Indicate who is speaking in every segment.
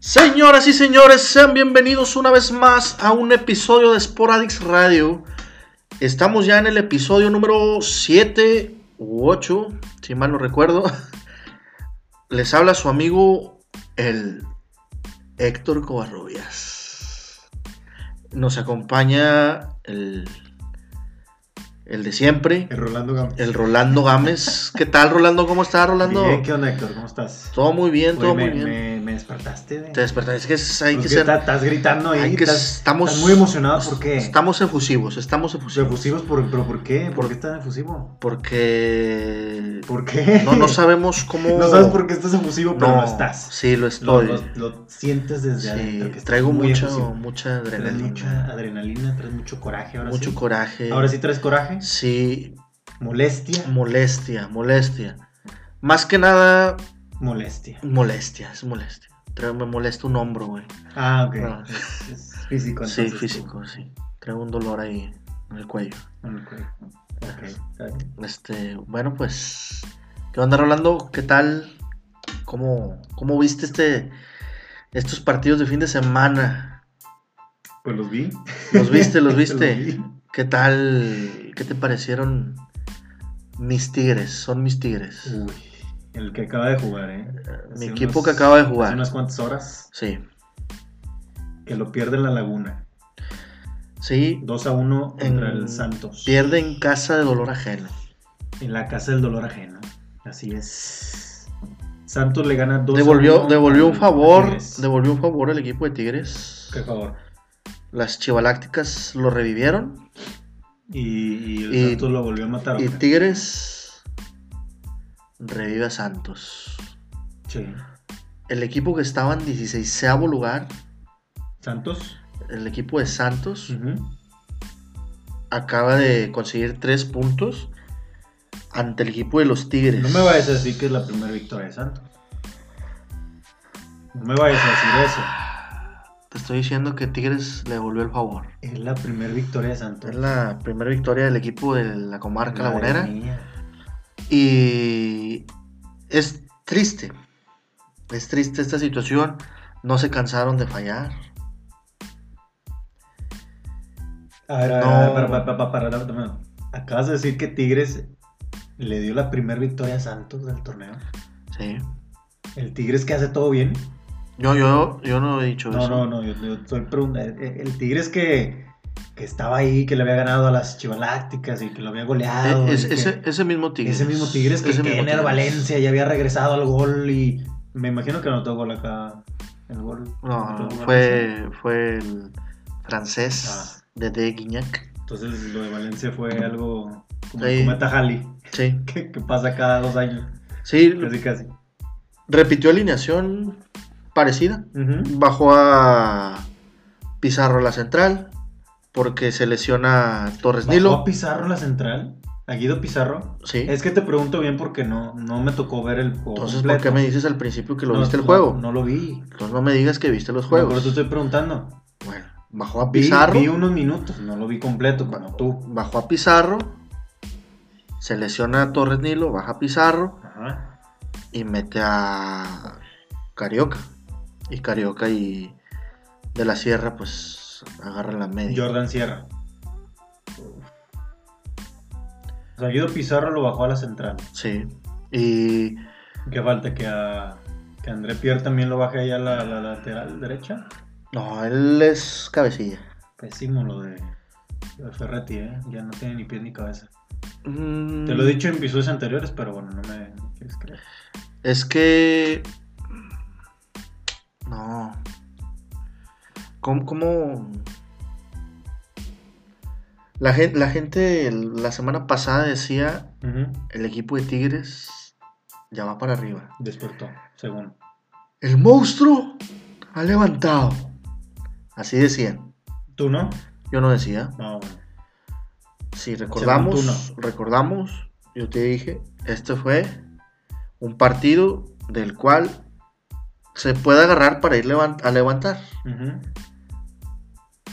Speaker 1: Señoras y señores, sean bienvenidos una vez más a un episodio de Sporadix Radio. Estamos ya en el episodio número 7 u 8, si mal no recuerdo. Les habla su amigo el Héctor Covarrubias. Nos acompaña el, el de siempre,
Speaker 2: El Rolando Gámez.
Speaker 1: el Rolando Gámez. ¿Qué tal, Rolando? ¿Cómo estás, Rolando?
Speaker 2: Bien, ¿qué onda, Héctor? ¿Cómo estás?
Speaker 1: Todo muy bien, todo muy
Speaker 2: Oye, me,
Speaker 1: bien.
Speaker 2: Me, me despertaste, güey.
Speaker 1: Te despertaste, es que es- hay
Speaker 2: Pues
Speaker 1: que
Speaker 2: que
Speaker 1: ser...
Speaker 2: ta- Estás gritando ahí.
Speaker 1: Ay, que
Speaker 2: estás,
Speaker 1: estamos-
Speaker 2: estás muy emocionado. Ah, ¿Por qué?
Speaker 1: Estamos efusivos, estamos
Speaker 2: O sea,
Speaker 1: efusivos.
Speaker 2: efusivos, por, ¿pero por qué? ¿Por qué estás efusivo?
Speaker 1: Porque
Speaker 2: ¿Por qué?
Speaker 1: no, no sabemos cómo.
Speaker 2: No sabes por qué estás efusivo, pero
Speaker 1: No,
Speaker 2: lo estás.
Speaker 1: Sí, lo
Speaker 2: Lo,
Speaker 1: estoy.
Speaker 2: lo, lo sientes desde
Speaker 1: Sí,
Speaker 2: adentro. que estás
Speaker 1: traigo
Speaker 2: muy
Speaker 1: mucho,
Speaker 2: efusivo.
Speaker 1: mucha
Speaker 2: Traes
Speaker 1: adrenalina.
Speaker 2: mucha adrenalina, traes mucho coraje ahora
Speaker 1: mucho
Speaker 2: sí.
Speaker 1: coraje.
Speaker 2: Ahora sí traes coraje,
Speaker 1: Sí,
Speaker 2: molestia,
Speaker 1: molestia, molestia. Más que nada,
Speaker 2: molestia.
Speaker 1: molestia, es molestia. Traigo- me molesta un hombro, güey.
Speaker 2: Ah, ok.
Speaker 1: No.
Speaker 2: Es, es físico.
Speaker 1: Sí,
Speaker 2: entonces, tú.
Speaker 1: físico, sí. Traigo un dolor ahí en el cuello.
Speaker 2: Ok, ok, está bien.
Speaker 1: Este, bueno, pues, ¿qué onda, Rolando? ¿Qué tal? ¿Cómo, cómo viste este, estos partidos de fin de semana?
Speaker 2: Pues los vi.
Speaker 1: ¿Los viste? ¿Los
Speaker 2: vi.
Speaker 1: viste? ¿Qué tal? ¿Qué te parecieron mis tigres? Son mis tigres.
Speaker 2: Uy, el que acaba de jugar, ¿eh?
Speaker 1: Mi
Speaker 2: Uh, Hace
Speaker 1: equipo
Speaker 2: unos-
Speaker 1: que acaba de
Speaker 2: Hace
Speaker 1: jugar.
Speaker 2: unas cuantas horas
Speaker 1: Sí,
Speaker 2: que lo pierde la Laguna.
Speaker 1: sí.
Speaker 2: 2 a 1 contra
Speaker 1: En-
Speaker 2: el Santos.
Speaker 1: Pierde en casa de dolor ajeno.
Speaker 2: En la casa del dolor ajeno. Así es. Santos le gana 2 a
Speaker 1: Devolvió,
Speaker 2: 1.
Speaker 1: devolvió un
Speaker 2: al
Speaker 1: favor.
Speaker 2: Tigres.
Speaker 1: Devolvió un favor el equipo de tigres.
Speaker 2: ¿Qué favor?
Speaker 1: Las chivalácticas lo revivieron.
Speaker 2: Y, y el
Speaker 1: Y-
Speaker 2: Santos lo volvió a matar.
Speaker 1: Y
Speaker 2: ¿o qué?
Speaker 1: Tigres revive a Santos.
Speaker 2: Sí.
Speaker 1: El equipo que estaba en 16 lugar,
Speaker 2: Santos.
Speaker 1: el equipo de Santos,
Speaker 2: ujú,
Speaker 1: acaba de conseguir 3 puntos ante el equipo de los Tigres.
Speaker 2: No me vayas a decir que es la primera victoria de Santos. No me vayas a decir eso.
Speaker 1: Te estoy diciendo que Tigres le devolvió el favor.
Speaker 2: Es la primera victoria de Santos.
Speaker 1: Es la primera victoria del equipo de la comarca
Speaker 2: Madre
Speaker 1: lagunera.
Speaker 2: mía.
Speaker 1: Y es triste. Es triste esta situación. No se cansaron de fallar.
Speaker 2: A ver, a ver,
Speaker 1: No.
Speaker 2: a ver, para, para, para, para, para, para. Acabas de decir que Tigres le dio la primera victoria a Santos del torneo.
Speaker 1: Sí.
Speaker 2: El Tigres que hace todo bien.
Speaker 1: Yo, yo, yo no he dicho
Speaker 2: No,
Speaker 1: eso.
Speaker 2: no, no, yo, yo estoy preguntando. El, el Tigres que, que estaba ahí, que le había ganado a las Chivalácticas y que lo había goleado.
Speaker 1: E- es-
Speaker 2: y que-
Speaker 1: ese, ese mismo Tigres.
Speaker 2: ese mismo Tigres que
Speaker 1: Ese mismo
Speaker 2: Kenner
Speaker 1: Tigres.
Speaker 2: Valencia ya había regresado al gol y me imagino que anotó gol acá. El gol.
Speaker 1: No,
Speaker 2: Anotó
Speaker 1: no,
Speaker 2: gol,
Speaker 1: fue, fue el francés
Speaker 2: Ah.
Speaker 1: de De Guignac.
Speaker 2: Entonces lo de Valencia fue algo como
Speaker 1: Sí.
Speaker 2: el Cometa Halley,
Speaker 1: Sí,
Speaker 2: que, que pasa cada dos años,
Speaker 1: sí,
Speaker 2: casi casi.
Speaker 1: repitió alineación parecida.
Speaker 2: Ujú.
Speaker 1: Bajó a Pizarro a la central porque se lesiona Torres
Speaker 2: Bajó
Speaker 1: Nilo.
Speaker 2: a Pizarro la central, a Guido Pizarro.
Speaker 1: Sí.
Speaker 2: Es que te pregunto bien porque no, no me tocó ver el juego.
Speaker 1: Entonces, ¿por
Speaker 2: completo.
Speaker 1: qué me dices al principio que lo
Speaker 2: No,
Speaker 1: viste el
Speaker 2: no-
Speaker 1: juego?
Speaker 2: No, lo vi.
Speaker 1: Entonces no me digas que viste los
Speaker 2: Por
Speaker 1: juegos.
Speaker 2: eso estoy preguntando.
Speaker 1: Bueno, bajó a
Speaker 2: Vi,
Speaker 1: Pizarro.
Speaker 2: vi unos minutos, no lo vi completo como tú.
Speaker 1: Bajó a Pizarro. Se lesiona a Torres Nilo, baja a Pizarro.
Speaker 2: Ajá.
Speaker 1: y mete a Carioca. Y Carioca y de la Sierra, pues agarran la media.
Speaker 2: Jordan Sierra. O sea, Guido Pizarro lo bajó a la central.
Speaker 1: Sí. Y
Speaker 2: ¿Qué falta? Que a que André Pierre también lo baje ahí a la, la lateral derecha.
Speaker 1: no, él es cabecilla.
Speaker 2: Pésimo lo de, lo de Ferretti, ¿eh? Ya no tiene ni pie ni cabeza.
Speaker 1: Mm,
Speaker 2: Te lo he dicho en episodios anteriores, pero bueno, no me no quieres creer.
Speaker 1: Es que. No. ¿Cómo? cómo... La, gente, la gente el- la semana pasada decía: el equipo de Tigres ya va para arriba.
Speaker 2: Despertó, según.
Speaker 1: El monstruo ha levantado. Así decían.
Speaker 2: ¿Tú no?
Speaker 1: Yo no decía.
Speaker 2: No, bueno.
Speaker 1: Si recordamos,
Speaker 2: Según
Speaker 1: recordamos, yo te dije, este fue un partido del cual se puede agarrar para ir levan- a levantar,
Speaker 2: Ujú.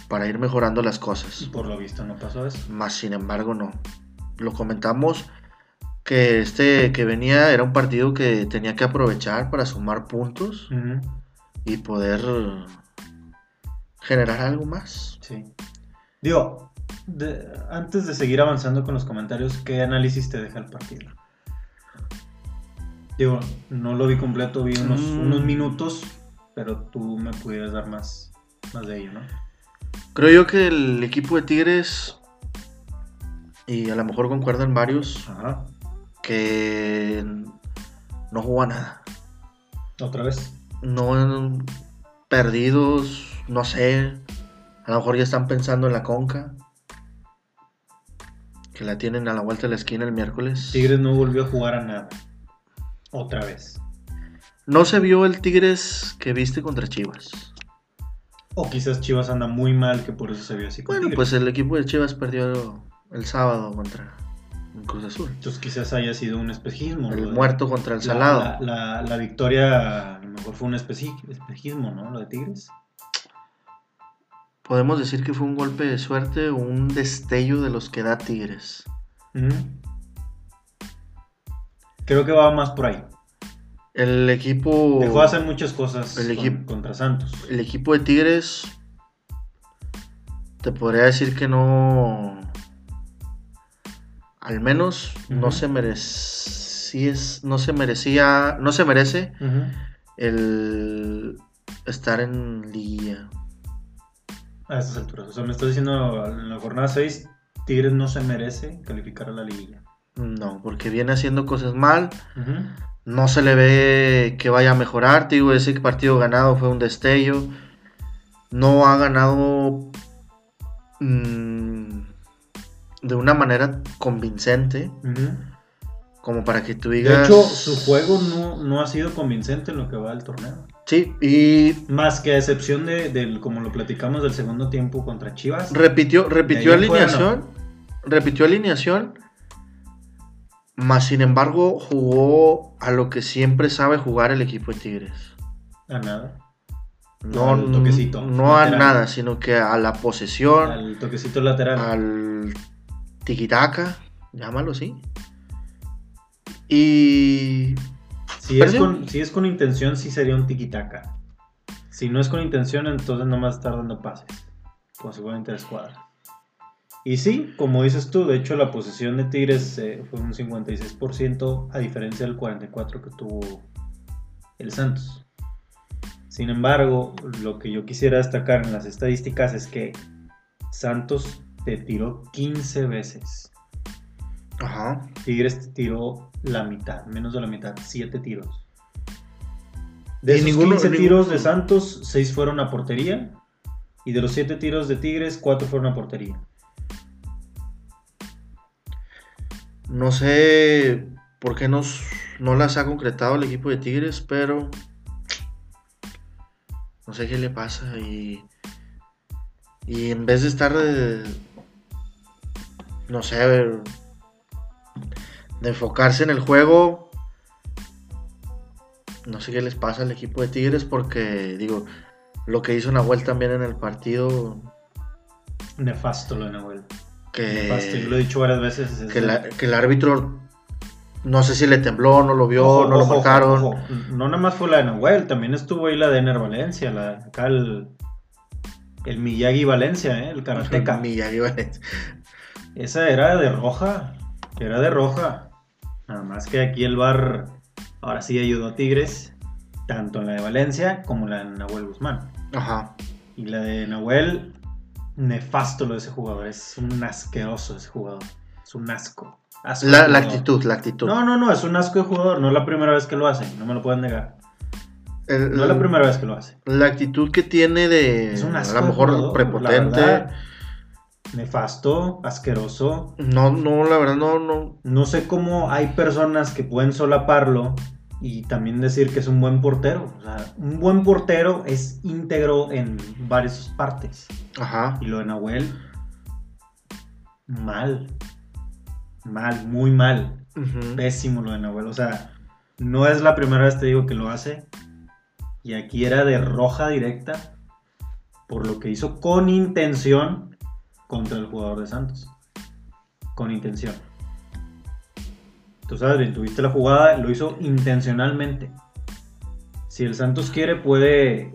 Speaker 1: para ir mejorando las
Speaker 2: Y
Speaker 1: cosas.
Speaker 2: Por lo visto no pasó eso.
Speaker 1: Más sin embargo, no. Lo comentamos que este que venía era un partido que tenía que aprovechar para sumar puntos.
Speaker 2: Ujú.
Speaker 1: y poder generar algo más.
Speaker 2: Sí. Digo, de- antes de seguir avanzando con los comentarios, ¿qué análisis te deja el partido? Digo, no lo vi completo, vi unos,
Speaker 1: Mm.
Speaker 2: unos minutos, pero tú me pudieras dar más, más de ello, ¿no?
Speaker 1: Creo yo que el equipo de Tigres, y a lo mejor concuerdan varios,
Speaker 2: Ajá.
Speaker 1: que no jugó a nada.
Speaker 2: Otra vez.
Speaker 1: No han- perdidos, no sé. A lo mejor ya están pensando en la conca. Que la tienen a la vuelta de la esquina el miércoles.
Speaker 2: Tigres no volvió a jugar a nada. Otra vez.
Speaker 1: No se vio el Tigres que viste contra Chivas.
Speaker 2: O quizás Chivas anda muy mal, que por eso se vio así con
Speaker 1: Bueno,
Speaker 2: Tigres.
Speaker 1: pues el equipo de Chivas perdió el sábado contra el Cruz Azul.
Speaker 2: Entonces quizás haya sido un espejismo.
Speaker 1: El
Speaker 2: ¿no?
Speaker 1: muerto contra el
Speaker 2: La-
Speaker 1: salado.
Speaker 2: La, la- la victoria a lo mejor fue un especi- espejismo, ¿no? La de Tigres.
Speaker 1: Podemos decir que fue un golpe de suerte o un destello de los que da Tigres.
Speaker 2: Creo que va más por ahí.
Speaker 1: El equipo.
Speaker 2: Dejó de hacer muchas cosas
Speaker 1: Oh. El
Speaker 2: con-
Speaker 1: equipo-
Speaker 2: contra Santos.
Speaker 1: El equipo de Tigres. Te podría decir que no. Al menos no
Speaker 2: Ujú.
Speaker 1: se merecía. No se merecía. No se merece
Speaker 2: Ujú.
Speaker 1: el estar en liguilla.
Speaker 2: A estas alturas. O sea, me estás diciendo en la jornada 6, Tigres no se merece calificar a la liguilla.
Speaker 1: No, porque viene haciendo cosas mal.
Speaker 2: Ujú.
Speaker 1: No se le ve que vaya a mejorar. Te digo, ese partido ganado fue un destello. No ha ganado mm, de una manera convincente.
Speaker 2: Ujú.
Speaker 1: Como para que tú digas.
Speaker 2: De hecho, su juego no, no ha sido convincente en lo que va del torneo.
Speaker 1: Sí, y
Speaker 2: Más que a excepción de, del- como lo platicamos, del segundo tiempo contra Chivas.
Speaker 1: repitió, repitió
Speaker 2: De ahí en fuera,
Speaker 1: alineación. Repitió alineación. Más sin embargo, jugó a lo que siempre sabe jugar el equipo de Tigres.
Speaker 2: a nada.
Speaker 1: No,
Speaker 2: Al toquecito,
Speaker 1: no a
Speaker 2: lateral.
Speaker 1: nada, sino que a la posesión.
Speaker 2: Al toquecito lateral.
Speaker 1: al tiquitaca, llámalo así. Y
Speaker 2: Si es,
Speaker 1: Perdió.
Speaker 2: con, si es con intención, sí sería un tiquitaca. Si no es con intención, entonces nomás estar dando pases. Como si fuera interescuadra. Y sí, como dices tú, de hecho la posesión de Tigres eh, fue un 56%, a diferencia del 44% que tuvo el Santos. Sin embargo, lo que yo quisiera destacar en las estadísticas es que Santos te tiró 15 veces.
Speaker 1: ajá,
Speaker 2: Tigres tiró la mitad, menos de la mitad, 7 tiros.
Speaker 1: Y
Speaker 2: De esos
Speaker 1: ninguno-
Speaker 2: 15
Speaker 1: ninguno-
Speaker 2: tiros de Santos, 6 fueron a portería. Y de los 7 tiros de Tigres, 4 fueron a portería.
Speaker 1: no sé por qué nos, no las ha concretado el equipo de Tigres, pero no sé qué le pasa. Y, y en vez de estar, eh, no sé, de enfocarse en el juego, no sé qué les pasa al equipo de Tigres, porque digo, lo que hizo Nahuel también en el partido,
Speaker 2: Nefasto lo de Nahuel.
Speaker 1: que...
Speaker 2: Nefasto, yo lo he dicho varias veces. es
Speaker 1: Eh, que,
Speaker 2: de-
Speaker 1: la- que el árbitro no sé si le tembló, no lo vio,
Speaker 2: Ojo,
Speaker 1: no lo
Speaker 2: ojo,
Speaker 1: marcaron.
Speaker 2: ojo, ojo. No nada más fue la de Nahuel, también estuvo ahí la de Ener Valencia, la acá el, el Miyagi Valencia, ¿eh? el Karateka.
Speaker 1: Miyagi Valencia.
Speaker 2: Esa era de roja. Era de roja. Nada más que aquí el bar ahora sí ayudó a Tigres. Tanto en la de Valencia como en la de Nahuel Guzmán.
Speaker 1: Ajá.
Speaker 2: Y la de Nahuel, nefasto lo de ese jugador. Es un asqueroso ese jugador. Es un asco. Asco de
Speaker 1: La, la
Speaker 2: jugador.
Speaker 1: actitud, la actitud.
Speaker 2: No, no, no, es un asco de jugador. No es la primera vez que lo hace. No me lo pueden negar.
Speaker 1: El-
Speaker 2: No es la primera vez que lo hace.
Speaker 1: la actitud que tiene de
Speaker 2: Es un asco.
Speaker 1: Mm. Eh, a lo
Speaker 2: de
Speaker 1: mejor
Speaker 2: jugador,
Speaker 1: prepotente.
Speaker 2: la verdad. nefasto, asqueroso.
Speaker 1: no, no, la verdad no, no.
Speaker 2: No sé cómo hay personas que pueden solaparlo y también decir que es un buen portero. O sea, un buen portero es íntegro en varias partes.
Speaker 1: Ajá.
Speaker 2: Y lo de Nahuel, mal. Mal, muy mal.
Speaker 1: Ujú.
Speaker 2: Pésimo lo de Nahuel. O sea, no es la primera vez te digo que lo hace. Y aquí era de roja directa por lo que hizo con intención contra el jugador de Santos. Con intención. Tú sabes, bien, tuviste la jugada, lo hizo intencionalmente. Si el Santos quiere, puede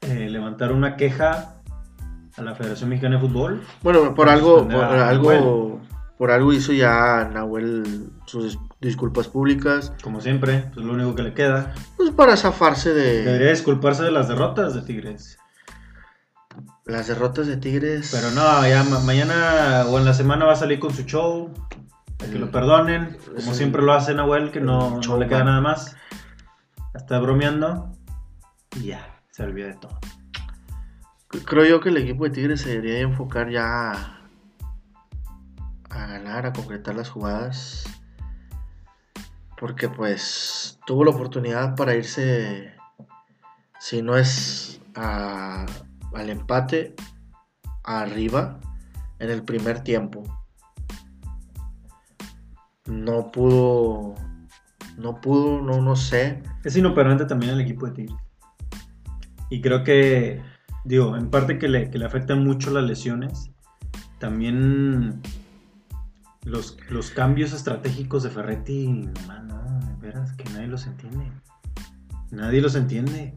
Speaker 2: eh, levantar una queja a la Federación Mexicana de Fútbol.
Speaker 1: Bueno, por
Speaker 2: Vamos a
Speaker 1: algo, por
Speaker 2: suspender a
Speaker 1: algo, por algo hizo ya Nahuel sus disculpas públicas.
Speaker 2: Como siempre, es lo único que le queda.
Speaker 1: Pues para zafarse de
Speaker 2: Debería disculparse de las derrotas de Tigres.
Speaker 1: las derrotas de Tigres.
Speaker 2: Pero no, ya ma- mañana o en la semana va a salir con su show. a Que lo perdonen.
Speaker 1: Mm. Es
Speaker 2: Como
Speaker 1: un-
Speaker 2: siempre lo hace Nahuel, que no,
Speaker 1: un
Speaker 2: no le queda
Speaker 1: showman.
Speaker 2: nada más. Está bromeando. Y ya, se olvida de todo.
Speaker 1: Creo yo que el equipo de Tigres se debería enfocar ya a- a ganar, a concretar las jugadas. Porque pues tuvo la oportunidad para irse, si no es a- al empate, arriba en el primer tiempo. No pudo, no pudo, no, no sé.
Speaker 2: Es inoperante también el equipo de Tigres. Y creo que, digo, en parte que le, que le afectan mucho las lesiones, también los, los cambios estratégicos de Ferretti, no, no, de veras que nadie los entiende. Nadie los entiende.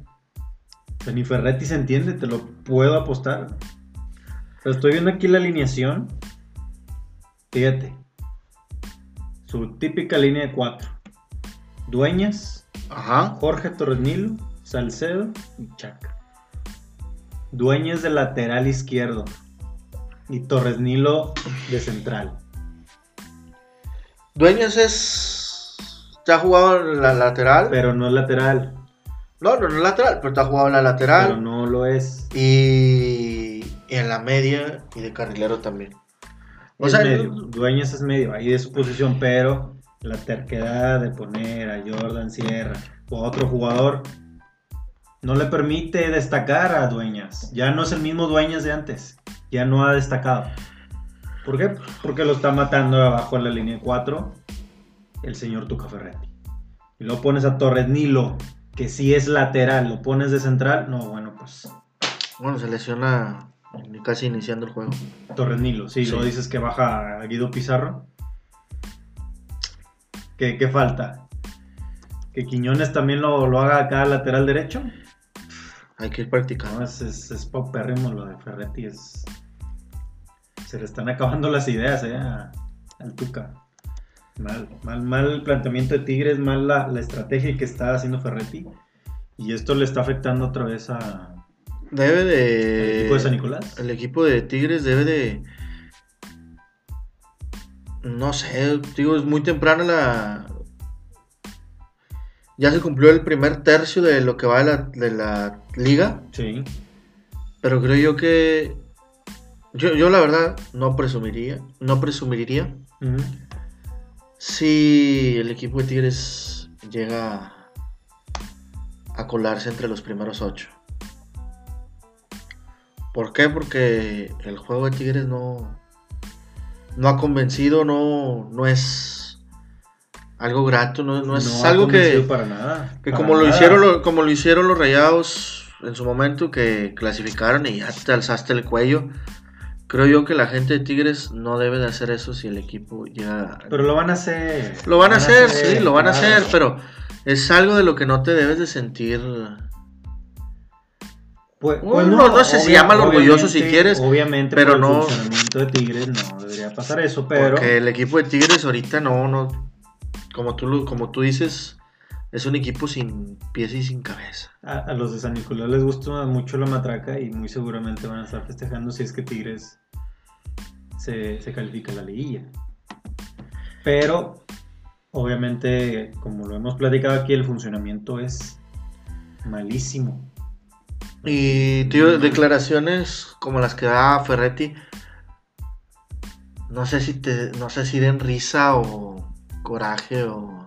Speaker 2: O sea, ni Ferretti se entiende, te lo puedo apostar. Pero estoy viendo aquí la alineación. Fíjate. Su típica línea de cuatro. Dueñas,
Speaker 1: Ajá.
Speaker 2: Jorge Torres Nilo, Salcedo y Chaca. Dueñas del lateral izquierdo. Y Torres Nilo de central.
Speaker 1: Dueñas es... ¿Te ha jugado en la lateral?
Speaker 2: Pero no es lateral.
Speaker 1: No, no, no lateral, pero te ha jugado en la lateral.
Speaker 2: Pero no lo es.
Speaker 1: Y en la media y de carrilero también. O
Speaker 2: Es
Speaker 1: sea,
Speaker 2: medio. Dueñas es medio. Ahí de su posición. Pero la terquedad de poner a Jordan Sierra o a otro jugador no le permite destacar a Dueñas. Ya no es el mismo Dueñas de antes. Ya no ha destacado. ¿Por qué? Porque lo está matando abajo en la línea 4 el señor Tuca Ferretti. Y luego pones a Torres Nilo, que sí es lateral, lo pones de central. No, bueno, pues
Speaker 1: bueno, se lesiona casi iniciando el juego.
Speaker 2: Torres Nilo, sí,
Speaker 1: Sí.
Speaker 2: lo dices que baja a Guido Pizarro. ¿Qué, qué falta? ¿Que Quiñones también lo, lo haga acá lateral derecho?
Speaker 1: Hay que ir
Speaker 2: No,
Speaker 1: practicando.
Speaker 2: es, es, es paupérrimo lo de Ferretti. Es... Se le están acabando las ideas eh, a- al Tuca. Mal, mal, mal el planteamiento de Tigres, mal la, la estrategia que está haciendo Ferretti. Y esto le está afectando otra vez a,
Speaker 1: Debe
Speaker 2: al
Speaker 1: de.
Speaker 2: equipo de San Nicolás.
Speaker 1: Eh, El equipo de Tigres debe de. No sé, digo, es muy temprana la. Ya se cumplió el primer tercio de lo que va de la, de la liga.
Speaker 2: Sí.
Speaker 1: Pero creo yo que. Yo, yo la verdad no presumiría. No presumiría.
Speaker 2: Ujú.
Speaker 1: Si el equipo de Tigres llega a colarse entre los primeros ocho. ¿Por qué? Porque el juego de Tigres no, no ha convencido, no, no es algo grato, no, no es
Speaker 2: ha
Speaker 1: algo que,
Speaker 2: convencido para nada.
Speaker 1: que
Speaker 2: para
Speaker 1: como, lo
Speaker 2: nada.
Speaker 1: hicieron, lo- como lo hicieron los rayados en su momento que clasificaron y ya te alzaste el cuello. Creo yo que la gente de Tigres no debe de hacer eso si el equipo llega
Speaker 2: Pero lo van a hacer.
Speaker 1: lo van a hacer, sí, lo van a
Speaker 2: claro.
Speaker 1: hacer, pero es algo de lo que no te debes de sentir.
Speaker 2: Pues,
Speaker 1: Bueno, no, no sé si llámalo orgulloso si
Speaker 2: obviamente-
Speaker 1: quieres,
Speaker 2: Obviamente,
Speaker 1: pero
Speaker 2: pero por
Speaker 1: no-
Speaker 2: el funcionamiento de Tigres no debería pasar eso, pero
Speaker 1: Porque el equipo de Tigres ahorita no, no. Como tú, lo- como tú dices, es un equipo sin pies y sin cabeza.
Speaker 2: a, a los de San Nicolás les gusta mucho la matraca y muy seguramente van a estar festejando si es que Tigres se, se califica a la liguilla. Pero, obviamente, como lo hemos platicado aquí, el funcionamiento es malísimo.
Speaker 1: Y, tío, declaraciones como las que da Ferretti, no sé si te, no sé si den risa o coraje o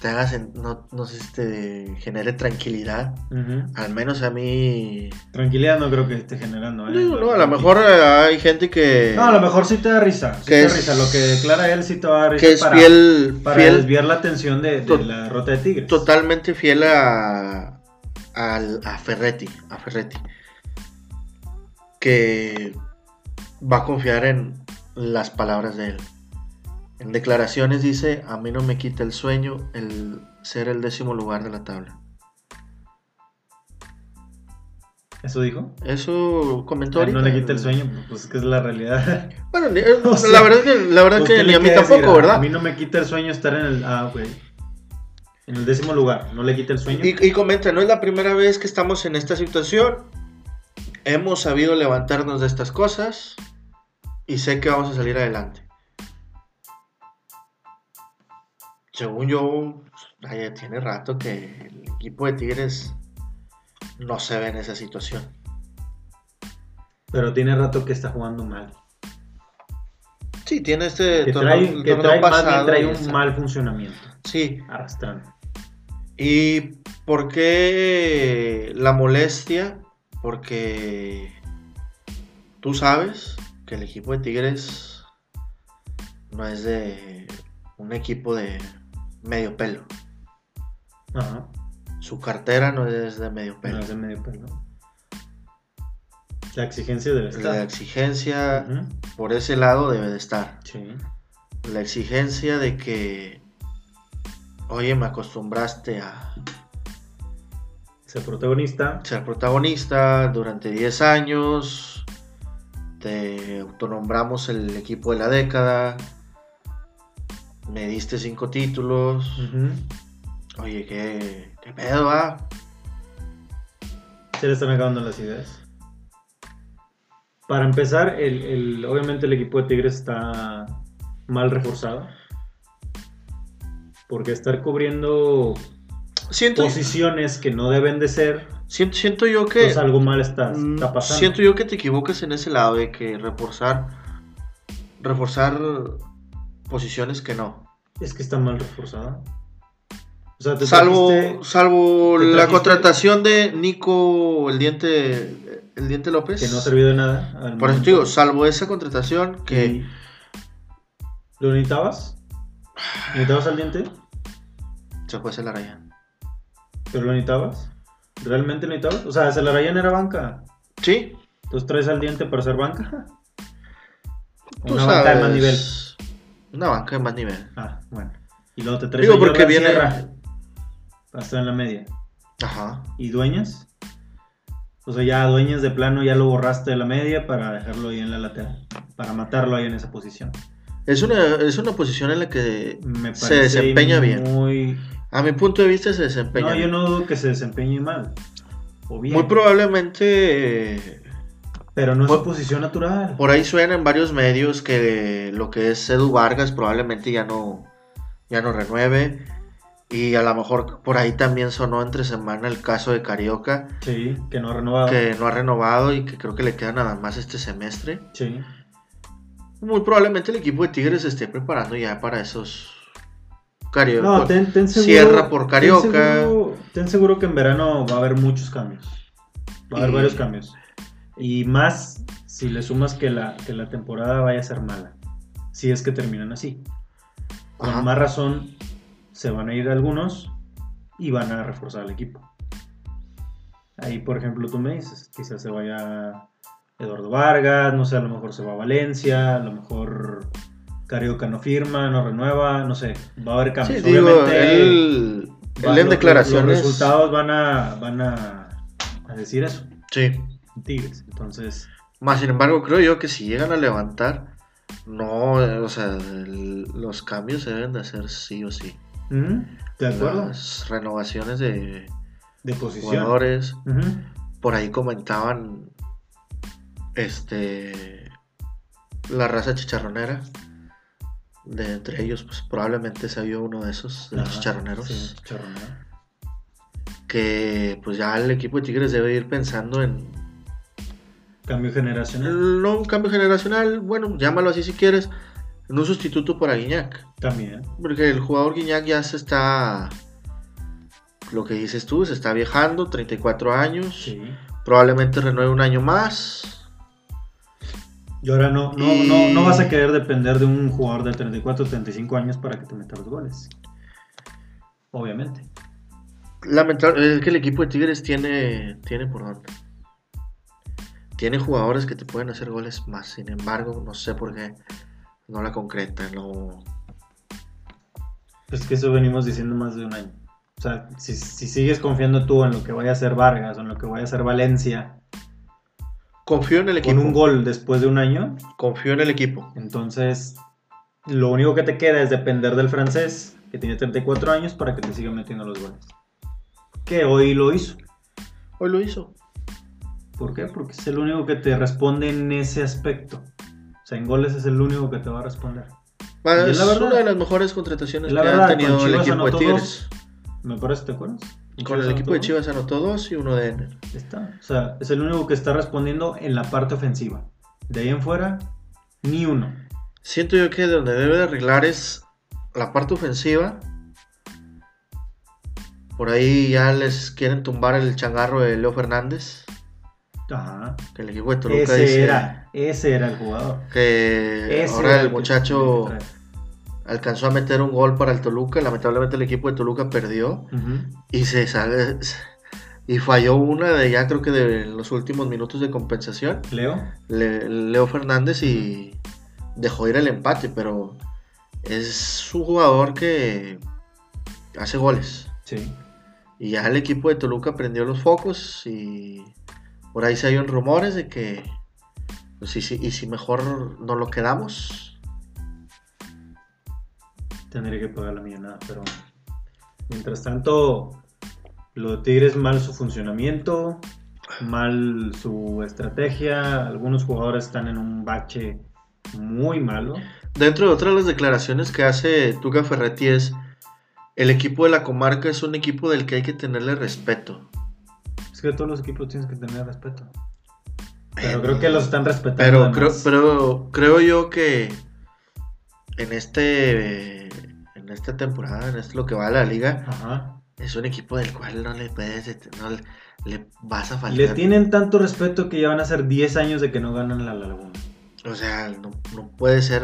Speaker 1: te hagas, no, no sé si te genere tranquilidad.
Speaker 2: Ujú.
Speaker 1: Al menos a mí
Speaker 2: Tranquilidad no creo que esté generando. ¿eh?
Speaker 1: Digo, no, a lo mejor eh, hay gente que,
Speaker 2: No, a lo mejor sí te da risa. Sí
Speaker 1: Que
Speaker 2: te da
Speaker 1: es-
Speaker 2: risa. Lo que declara él sí te va a dar risa.
Speaker 1: que es
Speaker 2: para,
Speaker 1: fiel,
Speaker 2: para
Speaker 1: fiel
Speaker 2: desviar la atención de, de
Speaker 1: To-
Speaker 2: la derrota de Tigres.
Speaker 1: totalmente fiel a, al- a Ferretti, a Ferretti. Que va a confiar en las palabras de él. En declaraciones dice, a mí no me quita el sueño el ser el décimo lugar de la tabla.
Speaker 2: ¿Eso dijo?
Speaker 1: Eso comentó
Speaker 2: Ay, no
Speaker 1: ahorita.
Speaker 2: le quita el sueño, pues es que es la realidad.
Speaker 1: Bueno, ni- eh,
Speaker 2: O sea,
Speaker 1: la verdad que, la verdad
Speaker 2: Pues,
Speaker 1: que
Speaker 2: ¿qué
Speaker 1: ni
Speaker 2: le
Speaker 1: a mí
Speaker 2: queda
Speaker 1: tampoco,
Speaker 2: decir?
Speaker 1: ¿verdad?
Speaker 2: A mí no me quita el sueño estar en el. Ah, güey. En el décimo lugar. No le quita el sueño.
Speaker 1: Y, y comenta, no es la primera vez que estamos en esta situación. Hemos sabido levantarnos de estas cosas y sé que vamos a salir adelante. Según yo, ay, tiene rato que el equipo de Tigres no se ve en esa situación.
Speaker 2: Pero tiene rato que está jugando mal.
Speaker 1: Sí, tiene este
Speaker 2: Que
Speaker 1: torneo-
Speaker 2: trae, que
Speaker 1: torneo
Speaker 2: trae, más bien
Speaker 1: pasado
Speaker 2: trae
Speaker 1: y
Speaker 2: un
Speaker 1: está-
Speaker 2: mal funcionamiento.
Speaker 1: Sí,
Speaker 2: Arrastrando.
Speaker 1: ¿Y por qué la molestia? Porque tú sabes que el equipo de Tigres no es de un equipo de medio pelo.
Speaker 2: Ajá.
Speaker 1: Su cartera no es de medio
Speaker 2: Pero
Speaker 1: pelo.
Speaker 2: hace medio pelo. La exigencia debe
Speaker 1: La
Speaker 2: estar.
Speaker 1: exigencia
Speaker 2: Ujú.
Speaker 1: por ese lado debe de estar.
Speaker 2: Sí.
Speaker 1: La exigencia de que, oye, me acostumbraste a
Speaker 2: Ser protagonista.
Speaker 1: ser protagonista durante 10 años. Te autonombramos el equipo de la década. Me diste 5 títulos.
Speaker 2: Ujú.
Speaker 1: Oye, qué, qué pedo, ah?
Speaker 2: Se le están acabando las ideas. Para empezar, el, el- obviamente el equipo de Tigres está mal reforzado. Porque estar cubriendo
Speaker 1: Siento,
Speaker 2: posiciones que no deben de ser,
Speaker 1: siento, Pues, siento yo que.
Speaker 2: pues algo mal está,
Speaker 1: mm,
Speaker 2: está pasando.
Speaker 1: Siento yo que te equivocas en ese lado de que reforzar. Reforzar posiciones que no.
Speaker 2: Es que está mal reforzado. O sea, te
Speaker 1: Salvo,
Speaker 2: trajiste-
Speaker 1: salvo
Speaker 2: te
Speaker 1: la
Speaker 2: trajiste-
Speaker 1: contratación de Nico el diente. El diente López.
Speaker 2: que no ha servido de nada. al
Speaker 1: Por eso
Speaker 2: momento.
Speaker 1: te digo, salvo esa contratación que
Speaker 2: Y- ¿Lo necesitabas? ¿Necesitabas al diente? Mm.
Speaker 1: se fue la raya.
Speaker 2: ¿Pero lo necesitabas? ¿Realmente lo necesitabas? O sea, Celarayán era banca.
Speaker 1: Sí,
Speaker 2: ¿Los traes al diente para ser banca?
Speaker 1: tú
Speaker 2: Una
Speaker 1: sabes.
Speaker 2: banca de más nivel.
Speaker 1: Una banca de más nivel.
Speaker 2: Ah, bueno. Y luego te traes
Speaker 1: Digo,
Speaker 2: a Jordan
Speaker 1: porque viene-
Speaker 2: Sierra. Para estar en la media.
Speaker 1: Ajá.
Speaker 2: ¿Y dueñas? O sea, ya dueñas de plano ya lo borraste de la media para dejarlo ahí en la lateral. Para matarlo ahí en esa posición.
Speaker 1: Es una, es una posición en la que,
Speaker 2: Me parece
Speaker 1: Se desempeña bien.
Speaker 2: Muy...
Speaker 1: a mi punto de vista, se desempeña.
Speaker 2: No, yo
Speaker 1: bien.
Speaker 2: no dudo que se desempeñe mal. O bien.
Speaker 1: Muy probablemente eh,
Speaker 2: Pero no es su
Speaker 1: Por-
Speaker 2: posición natural.
Speaker 1: por ahí suena en varios medios que lo que es Edu Vargas probablemente ya no, ya no renueve. Y a lo mejor por ahí también sonó entre semana el caso de Carioca,
Speaker 2: Sí, que no ha renovado.
Speaker 1: que no ha renovado y que creo que le queda nada más este semestre.
Speaker 2: Sí.
Speaker 1: Muy probablemente el equipo de Tigres se esté preparando ya para esos Carioca.
Speaker 2: No, ten, ten seguro.
Speaker 1: eh, pues, Sierra por Carioca.
Speaker 2: Ten seguro, ten seguro que en verano va a haber muchos cambios. Va a haber
Speaker 1: Y-
Speaker 2: varios cambios. Y más si le sumas que la, que la temporada vaya a ser mala. Si es que terminan así. Con
Speaker 1: Ajá.
Speaker 2: más razón, se van a ir algunos y van a reforzar al equipo. Ahí, por ejemplo, tú me dices, quizás se vaya Eduardo Vargas, no sé, a lo mejor se va a Valencia, a lo mejor Carioca no firma, no renueva, no sé, va a haber
Speaker 1: Sí,
Speaker 2: cambios.
Speaker 1: digo,
Speaker 2: Obviamente,
Speaker 1: él, él
Speaker 2: van-
Speaker 1: en
Speaker 2: los-
Speaker 1: declaraciones.
Speaker 2: Los resultados van a, van a, a decir eso,
Speaker 1: Sí.
Speaker 2: en Tigres. Entonces,
Speaker 1: Más sin embargo, creo yo que si llegan a levantar, no, eh, o sea, el- los cambios se deben de hacer sí o sí.
Speaker 2: ujú, ¿de acuerdo?
Speaker 1: Mm. Las renovaciones de
Speaker 2: De posición.
Speaker 1: jugadores.
Speaker 2: Ujú.
Speaker 1: Por ahí comentaban este la raza chicharronera. De entre ellos, pues probablemente se vio uno de esos, de los
Speaker 2: Ajá,
Speaker 1: chicharroneros.
Speaker 2: sí, chicharronero.
Speaker 1: que pues ya el equipo de Tigres debe ir pensando en
Speaker 2: Cambio generacional
Speaker 1: no un cambio generacional, bueno, llámalo así si quieres, en un sustituto para Guiñac,
Speaker 2: también.
Speaker 1: porque el jugador Guiñac ya se está lo que dices tú, se está viejando, 34 años,
Speaker 2: Sí.
Speaker 1: probablemente renueve un año más.
Speaker 2: Y ahora no, no,
Speaker 1: Y-
Speaker 2: no, no vas a querer depender de un jugador de 34 o 35 años para que te meta los goles. Obviamente.
Speaker 1: Lamentable es que el equipo de Tigres tiene tiene por dónde. Tiene jugadores que te pueden hacer goles más, sin embargo, no sé por qué no la concreta, no
Speaker 2: Es que eso venimos diciendo más de un año. O sea, si, si sigues confiando tú en lo que vaya a hacer Vargas o en lo que vaya a hacer Valencia
Speaker 1: Confío en el equipo.
Speaker 2: con un gol después de un año,
Speaker 1: Confío en el equipo.
Speaker 2: entonces lo único que te queda es depender del francés, que tiene 34 años, para que te siga metiendo los goles. Que hoy lo hizo.
Speaker 1: Hoy lo hizo.
Speaker 2: ¿Por qué? Porque es el único que te responde en ese aspecto. O sea, en goles es el único que te va a responder.
Speaker 1: Va,
Speaker 2: Y
Speaker 1: Ah, Es
Speaker 2: es la verdad.
Speaker 1: una de las mejores contrataciones
Speaker 2: Es la
Speaker 1: que
Speaker 2: verdad,
Speaker 1: ha tenido
Speaker 2: con
Speaker 1: el
Speaker 2: Chivas
Speaker 1: equipo de
Speaker 2: anotó
Speaker 1: Tigres.
Speaker 2: Me parece, ¿te acuerdas?
Speaker 1: Con el
Speaker 2: anotó
Speaker 1: equipo de
Speaker 2: dos.
Speaker 1: Chivas anotó dos y uno de Ener.
Speaker 2: Ahí Está. O sea, es el único que está respondiendo en la parte ofensiva. De ahí en fuera, ni uno.
Speaker 1: Siento yo que donde debe de arreglar es la parte ofensiva. Por ahí ya les quieren tumbar el changarro de Leo Fernández.
Speaker 2: Ajá.
Speaker 1: Que el equipo de Toluca
Speaker 2: Ese
Speaker 1: dice
Speaker 2: era, ese era el jugador.
Speaker 1: que
Speaker 2: Ese
Speaker 1: ahora
Speaker 2: era
Speaker 1: el
Speaker 2: que
Speaker 1: muchacho
Speaker 2: tenía que
Speaker 1: alcanzó a meter un gol para el Toluca. Lamentablemente el equipo de Toluca perdió
Speaker 2: traer. Ujú.
Speaker 1: y se sale y falló una de ya creo que de los últimos minutos de compensación.
Speaker 2: Leo,
Speaker 1: Le- Leo Fernández y dejó ir el empate, pero es un jugador que hace goles.
Speaker 2: sí.
Speaker 1: Y ya el equipo de Toluca prendió los focos y por ahí se salieron rumores de que, pues, y, si, y si mejor no lo quedamos,
Speaker 2: Tendría que pagar la millonada, pero. Mientras tanto, lo de Tigres mal su funcionamiento, mal su estrategia. Algunos jugadores están en un bache muy malo.
Speaker 1: Dentro de otras de las declaraciones que hace Tuca Ferretti es, el equipo de la comarca es un equipo del que hay que tenerle respeto.
Speaker 2: Es que todos los equipos tienes que tener respeto. Pero creo que los están respetando.
Speaker 1: Pero
Speaker 2: de
Speaker 1: creo,
Speaker 2: más.
Speaker 1: pero creo yo que en este en esta temporada, en esto lo que va a la liga,
Speaker 2: Ajá.
Speaker 1: es un equipo del cual no le puedes, no le, le vas a faltar.
Speaker 2: Le tienen tanto respeto que ya van a ser 10 años de que no ganan la Laguna.
Speaker 1: O sea, no, no puede ser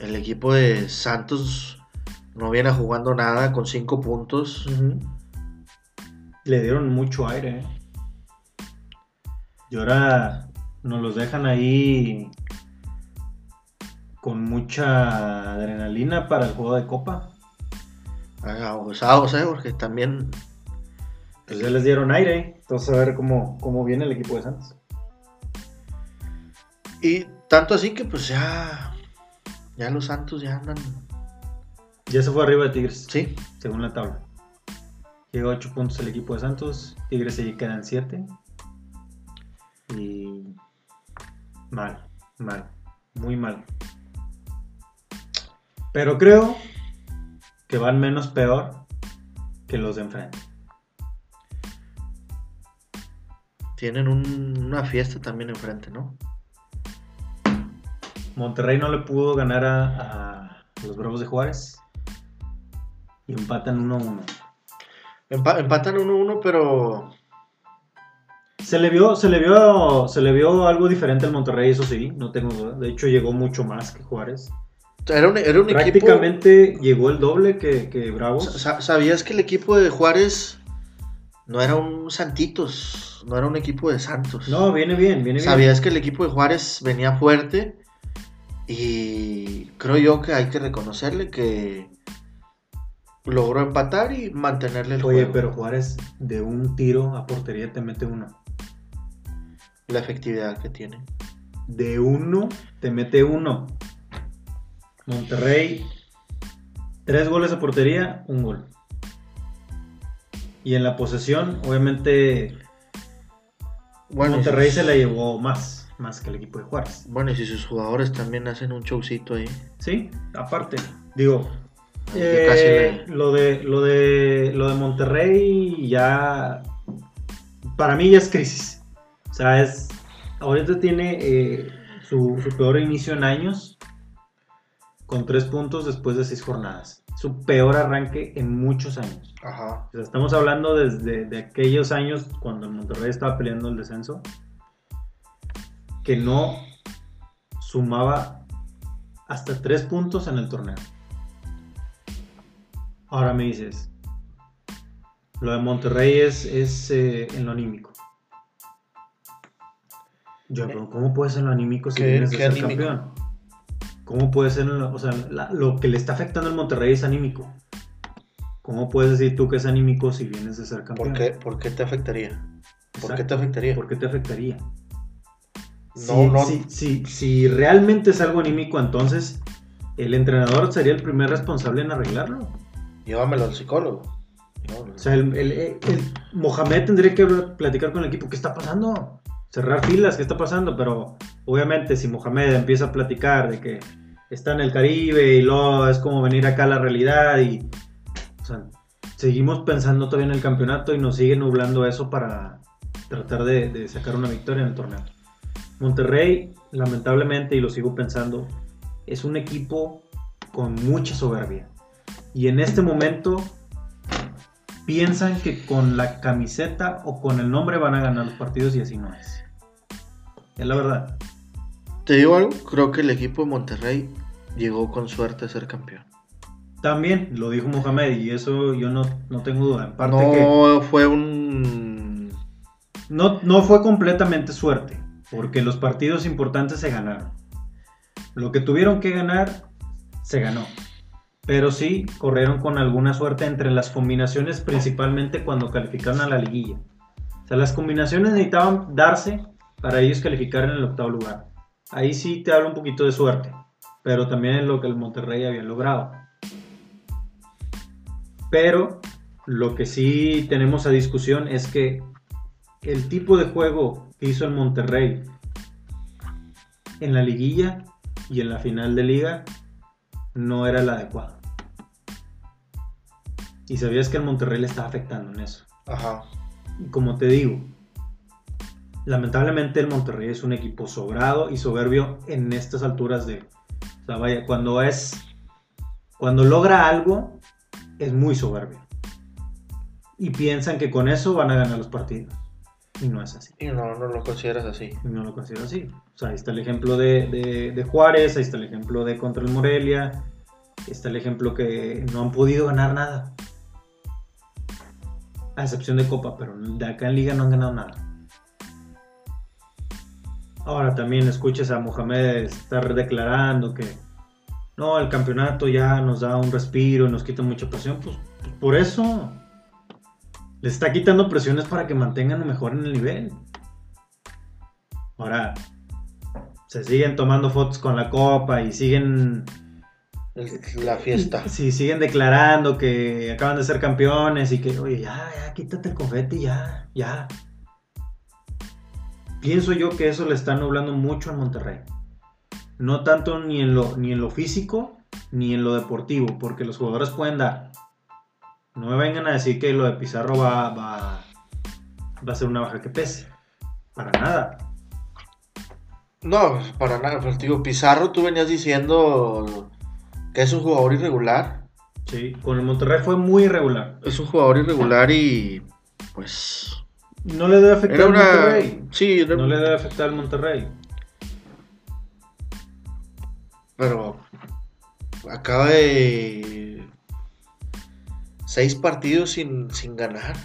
Speaker 1: el equipo de Santos no viene jugando nada con cinco puntos.
Speaker 2: Le dieron mucho aire. ¿eh? Y ahora nos los dejan ahí con mucha adrenalina para el juego de copa.
Speaker 1: Abusados, ¿eh? Porque también
Speaker 2: Pues ya les dieron aire. Entonces a ver cómo, cómo viene el equipo de Santos.
Speaker 1: Y tanto así que pues ya. Ya los Santos ya andan.
Speaker 2: Ya se fue arriba de Tigres.
Speaker 1: Sí.
Speaker 2: según la tabla. Llega a 8 puntos el equipo de Santos, Tigres se quedan 7. Y mal, mal, muy mal. Pero creo que van menos peor que los de enfrente.
Speaker 1: Tienen un- una fiesta también enfrente, ¿no?
Speaker 2: Monterrey no le pudo ganar a, a los Bravos de Juárez y empatan 1-1.
Speaker 1: Empa- empatan 1-1, pero.
Speaker 2: Se le vio, se le vio, se le vio algo diferente al Monterrey, eso sí, no tengo duda. De hecho llegó mucho más que Juárez.
Speaker 1: Era un, era un equipo.
Speaker 2: Prácticamente llegó el doble que, que
Speaker 1: sa-
Speaker 2: Bravos.
Speaker 1: sa- ¿Sabías que el equipo de Juárez no era un Santitos? No era un equipo de Santos.
Speaker 2: No, viene bien, viene bien.
Speaker 1: ¿Sabías que el equipo de Juárez venía fuerte? Y creo yo que hay que reconocerle que logró empatar y mantenerle el
Speaker 2: Oye,
Speaker 1: juego.
Speaker 2: pero Juárez de un tiro a portería te mete uno.
Speaker 1: La efectividad que tiene.
Speaker 2: De uno te mete uno. Monterrey, tres goles a portería, un gol. Y en la posesión, obviamente,
Speaker 1: Bueno, y
Speaker 2: Monterrey
Speaker 1: sus-
Speaker 2: se la llevó más, más que el equipo de Juárez.
Speaker 1: Bueno, y si sus jugadores también hacen un showcito ahí.
Speaker 2: Sí, aparte, digo,
Speaker 1: ahí
Speaker 2: Eh,
Speaker 1: que casi le-
Speaker 2: lo, de, lo, de, lo de Monterrey ya. Para mí ya es crisis. O sea, es. Ahorita tiene eh, su, su peor inicio en años. Con tres puntos después de seis jornadas. Su peor arranque en muchos años.
Speaker 1: Ajá.
Speaker 2: O sea, estamos hablando desde de aquellos años cuando el Monterrey estaba peleando el descenso. Que no sumaba hasta tres puntos en el torneo. Ahora me dices, lo de Monterrey es, es eh, en lo anímico. Yo, pero ¿cómo puede ser en lo anímico si
Speaker 1: Eh, ¿Qué-
Speaker 2: vienes de
Speaker 1: qué
Speaker 2: ser
Speaker 1: anímico?
Speaker 2: campeón? ¿Cómo puede ser, en lo, o sea, la- lo que le está afectando al Monterrey es anímico? ¿Cómo puedes decir tú que es anímico si vienes de ser campeón?
Speaker 1: ¿Por qué, por qué te afectaría? ¿Por qué te
Speaker 2: Exacto.
Speaker 1: afectaría?
Speaker 2: ¿Por qué te afectaría?
Speaker 1: No,
Speaker 2: si,
Speaker 1: no.
Speaker 2: Si, si- si realmente es algo anímico, entonces el entrenador sería el primer responsable en arreglarlo.
Speaker 1: Llévamelo al psicólogo. No, no.
Speaker 2: O sea, el, el- el- el- Mohamed tendría que hablar- platicar con el equipo, ¿qué está pasando? Cerrar filas, ¿qué está pasando? Pero obviamente si Mohamed empieza a platicar de que está en el Caribe y luego es como venir acá a la realidad y... O sea, seguimos pensando todavía en el campeonato y nos sigue nublando eso para tratar de, de sacar una victoria en el torneo. Monterrey, lamentablemente, y lo sigo pensando, es un equipo con mucha soberbia. Y en este momento piensan que con la camiseta o con el nombre van a ganar los partidos y así no es. Es la verdad.
Speaker 1: Te digo algo, creo que el equipo de Monterrey llegó con suerte a ser campeón.
Speaker 2: También lo dijo Mohamed y eso yo no, no tengo duda. En parte que
Speaker 1: No fue un...
Speaker 2: no, no fue completamente suerte, porque los partidos importantes se ganaron. Lo que tuvieron que ganar, se ganó. Pero sí corrieron con alguna suerte entre las combinaciones, principalmente cuando calificaron a la liguilla. O sea, las combinaciones necesitaban darse para ellos calificar en el octavo lugar. Ahí sí te habla un poquito de suerte, pero también es lo que el Monterrey había logrado. Pero lo que sí tenemos a discusión es que el tipo de juego que hizo el Monterrey en la liguilla y en la final de liga no era el adecuado. Y sabías que el Monterrey le estaba afectando en eso.
Speaker 1: Ajá.
Speaker 2: Y como te digo, lamentablemente el Monterrey es un equipo sobrado y soberbio en estas alturas de... O sea, vaya, cuando es... Cuando logra algo, es muy soberbio. Y piensan que con eso van a ganar los partidos. Y no es así.
Speaker 1: Y no, no lo consideras así.
Speaker 2: Y no lo considero así. O sea, ahí está el ejemplo de, de- de Juárez, ahí está el ejemplo de contra el Morelia, está el ejemplo que no han podido ganar nada. A excepción de Copa, pero de acá en Liga no han ganado nada. Ahora también escuchas a Mohamed estar declarando que no, el campeonato ya nos da un respiro y nos quita mucha presión. Pues, pues por eso le está quitando presiones para que mantengan o mejoren el nivel. Ahora, se siguen tomando fotos con la copa y siguen.
Speaker 1: El- La fiesta.
Speaker 2: Sí, siguen declarando que acaban de ser campeones y que, oye, ya, ya, quítate el confeti, ya, ya. Pienso yo que eso le está nublando mucho a Monterrey. No tanto ni en lo, ni en lo físico ni en lo deportivo, porque los jugadores pueden dar. No me vengan a decir que lo de Pizarro va, va, va a ser una baja que pese. Para nada.
Speaker 1: No, para nada. Pues, digo, Pizarro, tú venías diciendo que es un jugador irregular.
Speaker 2: Sí, con el Monterrey fue muy irregular.
Speaker 1: Es un jugador irregular y pues...
Speaker 2: No le debe afectar
Speaker 1: Era
Speaker 2: al
Speaker 1: una...
Speaker 2: Monterrey.
Speaker 1: Sí, era-
Speaker 2: No le debe afectar al Monterrey.
Speaker 1: pero acaba de... Seis partidos sin, sin ganar.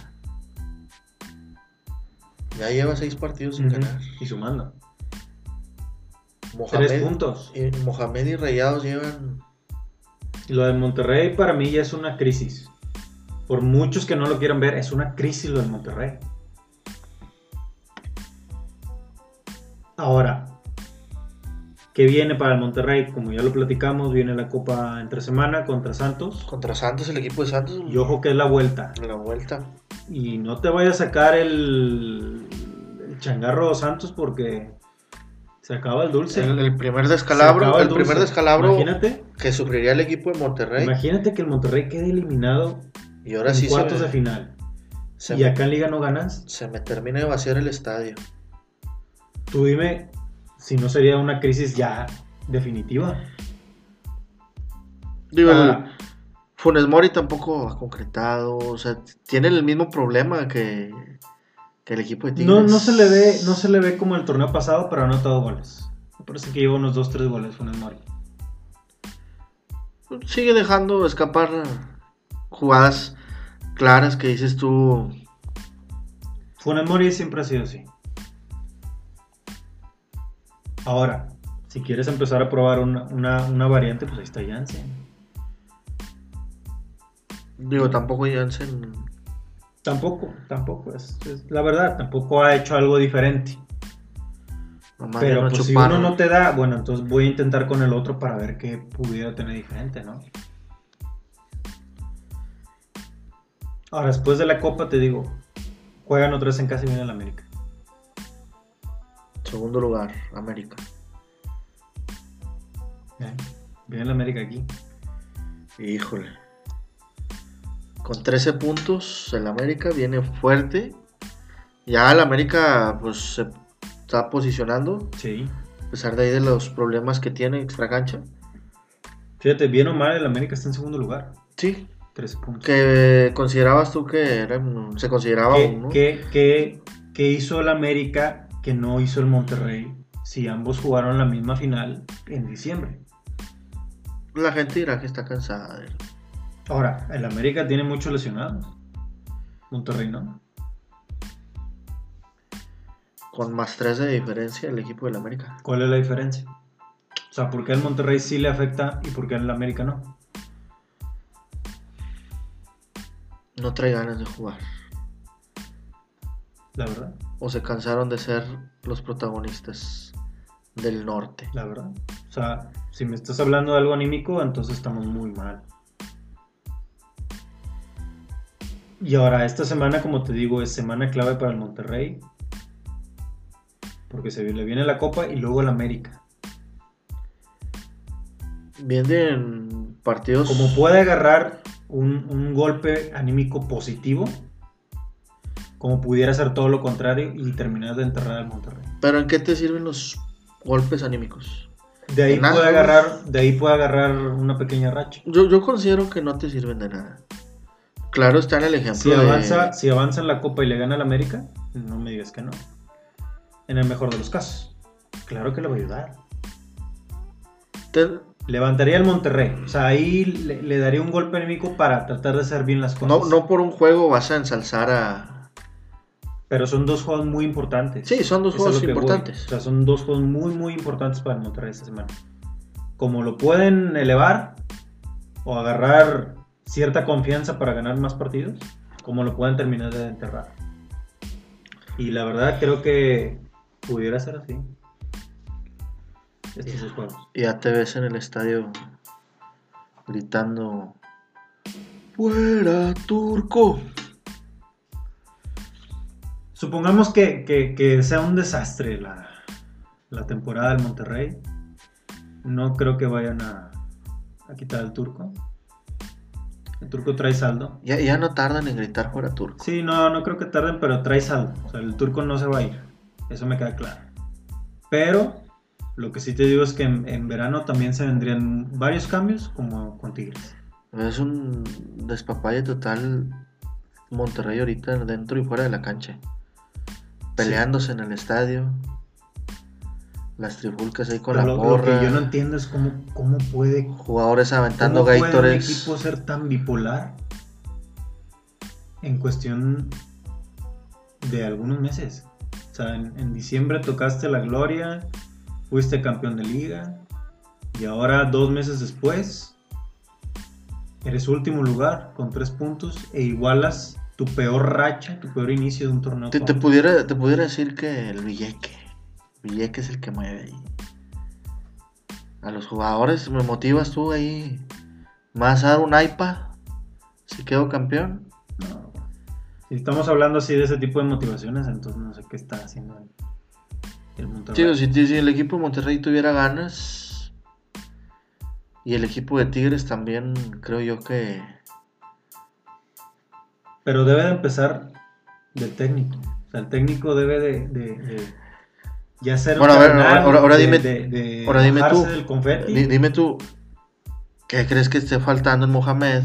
Speaker 1: Ya lleva seis partidos Pues, sin ganar.
Speaker 2: Y sumando. Tres
Speaker 1: Mohamed,
Speaker 2: puntos.
Speaker 1: eh, Mohamed y Rayados llevan...
Speaker 2: Lo del Monterrey para mí ya es una crisis. Por muchos que no lo quieran ver, es una crisis lo del Monterrey. Ahora, ¿qué viene para el Monterrey? Como ya lo platicamos, viene la Copa entre semana contra Santos.
Speaker 1: Contra Santos, el equipo de Santos.
Speaker 2: Y ojo que es la vuelta.
Speaker 1: La vuelta.
Speaker 2: Y no te vaya a sacar el, el changarro Santos porque se acaba el dulce.
Speaker 1: El, el primer
Speaker 2: Se
Speaker 1: descalabro,
Speaker 2: acaba
Speaker 1: el, primer
Speaker 2: dulce.
Speaker 1: descalabro
Speaker 2: Imagínate,
Speaker 1: que sufriría el equipo de Monterrey.
Speaker 2: imagínate que el Monterrey quede eliminado
Speaker 1: Y ahora
Speaker 2: en
Speaker 1: sí se,
Speaker 2: cuartos de final.
Speaker 1: se
Speaker 2: y
Speaker 1: me,
Speaker 2: acá en Liga no ganas.
Speaker 1: se me termina de vaciar el estadio.
Speaker 2: Tú dime si no sería una crisis ya definitiva. Ah,
Speaker 1: Digo, el
Speaker 2: Ahora,
Speaker 1: Funes Mori tampoco ha concretado. O sea, tiene el mismo problema que, que el equipo de Tigres.
Speaker 2: no, no se le ve, no se le ve como el torneo pasado, pero ha anotado goles. Me parece que lleva unos 2-3 goles Funes Mori.
Speaker 1: Sigue dejando escapar jugadas claras que dices tú.
Speaker 2: Funes Mori siempre ha sido así. Ahora, si quieres empezar a probar una, una- una variante, pues ahí está Janssen.
Speaker 1: Digo, tampoco Jansen.
Speaker 2: Tampoco, tampoco. Es, es la verdad, tampoco ha hecho algo diferente.
Speaker 1: nomás
Speaker 2: Pero
Speaker 1: ganó
Speaker 2: pues, si
Speaker 1: Chuparro.
Speaker 2: uno no te da, bueno, entonces voy a intentar con el otro para ver qué pudiera tener diferente, ¿no? Ahora, después de la Copa, te digo, juegan otra vez en casa y vienen a la América.
Speaker 1: Segundo lugar, América.
Speaker 2: ¿Eh? Viene la América aquí.
Speaker 1: Híjole. Con 13 puntos, el América viene fuerte. Ya el América pues se está posicionando,
Speaker 2: Sí.
Speaker 1: a pesar de ahí de los problemas que tiene extra cancha.
Speaker 2: Fíjate, bien o mal, el América está en segundo lugar.
Speaker 1: Sí.
Speaker 2: Tres puntos.
Speaker 1: Que considerabas tú que era- mm, se consideraba
Speaker 2: ¿Qué-
Speaker 1: uno.
Speaker 2: qué- qué- qué hizo el América que no hizo el Monterrey si ambos jugaron la misma final en diciembre?
Speaker 1: La gente dirá que está cansada. de él.
Speaker 2: Ahora, el América tiene muchos lesionados. Monterrey no.
Speaker 1: Con más 3 de diferencia el equipo del América.
Speaker 2: ¿Cuál es la diferencia? O sea, ¿por qué al Monterrey sí le afecta y por qué al América no?
Speaker 1: No trae ganas de jugar.
Speaker 2: La verdad,
Speaker 1: O se cansaron de ser los protagonistas del norte.
Speaker 2: la verdad. O sea, si me estás hablando de algo anímico, entonces estamos muy mal. Y ahora, esta semana, como te digo, es semana clave para el Monterrey. Porque se le viene la Copa y luego el América.
Speaker 1: Vienen partidos.
Speaker 2: Como puede agarrar un, un golpe anímico positivo, como pudiera hacer todo lo contrario y terminar de enterrar al Monterrey.
Speaker 1: Pero ¿en qué te sirven los golpes anímicos?
Speaker 2: De ahí
Speaker 1: En algo.
Speaker 2: puede agarrar, de ahí puede agarrar una pequeña racha.
Speaker 1: Yo, yo considero que no te sirven de nada. Claro, está en el ejemplo
Speaker 2: Si
Speaker 1: de-
Speaker 2: avanza, si avanza en la Copa y le gana al América, no me digas que no. En el mejor de los casos. Claro que le va a ayudar.
Speaker 1: te-
Speaker 2: Levantaría el Monterrey. O sea, ahí le, le daría un golpe anímico para tratar de hacer bien las
Speaker 1: no,
Speaker 2: cosas.
Speaker 1: no por un juego vas a ensalzar a...
Speaker 2: Pero son dos juegos muy importantes.
Speaker 1: Sí, son dos
Speaker 2: Eso es
Speaker 1: juegos
Speaker 2: lo que voy.
Speaker 1: importantes.
Speaker 2: O sea, son dos juegos muy, muy importantes para el Monterrey esta semana. Como lo pueden elevar o agarrar cierta confianza para ganar más partidos, como lo pueden terminar de enterrar. Y la verdad creo que pudiera ser así. Estos dos juegos.
Speaker 1: Y ya te ves en el estadio gritando... ¡Fuera, turco!
Speaker 2: Supongamos que, que- que sea un desastre la, la temporada del Monterrey. No creo que vayan a, a quitar al turco. El turco trae saldo.
Speaker 1: Ya, ya no tardan en gritar fuera turco.
Speaker 2: Sí, no, no creo que tarden, pero trae saldo. O sea, el turco no se va a ir. Eso me queda claro. Pero lo que sí te digo es que en, en verano también se vendrían varios cambios, como con Tigres.
Speaker 1: Es un despapalle total Monterrey ahorita dentro y fuera de la cancha. Peleándose en el estadio. Las trifulcas ahí con
Speaker 2: Pero
Speaker 1: la
Speaker 2: lo, lo
Speaker 1: porra.
Speaker 2: que yo no entiendo es cómo, cómo puede
Speaker 1: Jugadores aventando
Speaker 2: ¿Cómo puede un
Speaker 1: Gatorades.
Speaker 2: equipo ser tan bipolar en cuestión de algunos meses? O sea, en, en diciembre tocaste la gloria, fuiste campeón de liga, y ahora dos meses después eres último lugar con tres puntos e igualas tu peor racha, tu peor inicio de un torneo.
Speaker 1: Te, te
Speaker 2: corto.
Speaker 1: pudiera, te pudiera decir que el billeque. El billeque es el que mueve ahí. A los jugadores me motivas tú ahí. Más a dar un iPad. Si quedo campeón.
Speaker 2: No. Si estamos hablando así de ese tipo de motivaciones, entonces no sé qué está haciendo el, el Monterrey.
Speaker 1: Tío, si, si el equipo de Monterrey tuviera ganas y el equipo de Tigres también, creo yo que
Speaker 2: Pero debe de empezar del técnico. O sea, el técnico debe de, de- de ya ser
Speaker 1: Bueno, a ver, ahora- ahora
Speaker 2: de-
Speaker 1: dime-
Speaker 2: de- de
Speaker 1: ahora dime
Speaker 2: bajarse
Speaker 1: tú.
Speaker 2: del confeti.
Speaker 1: Di- Dime tú, ¿qué crees que esté faltando en Mohamed?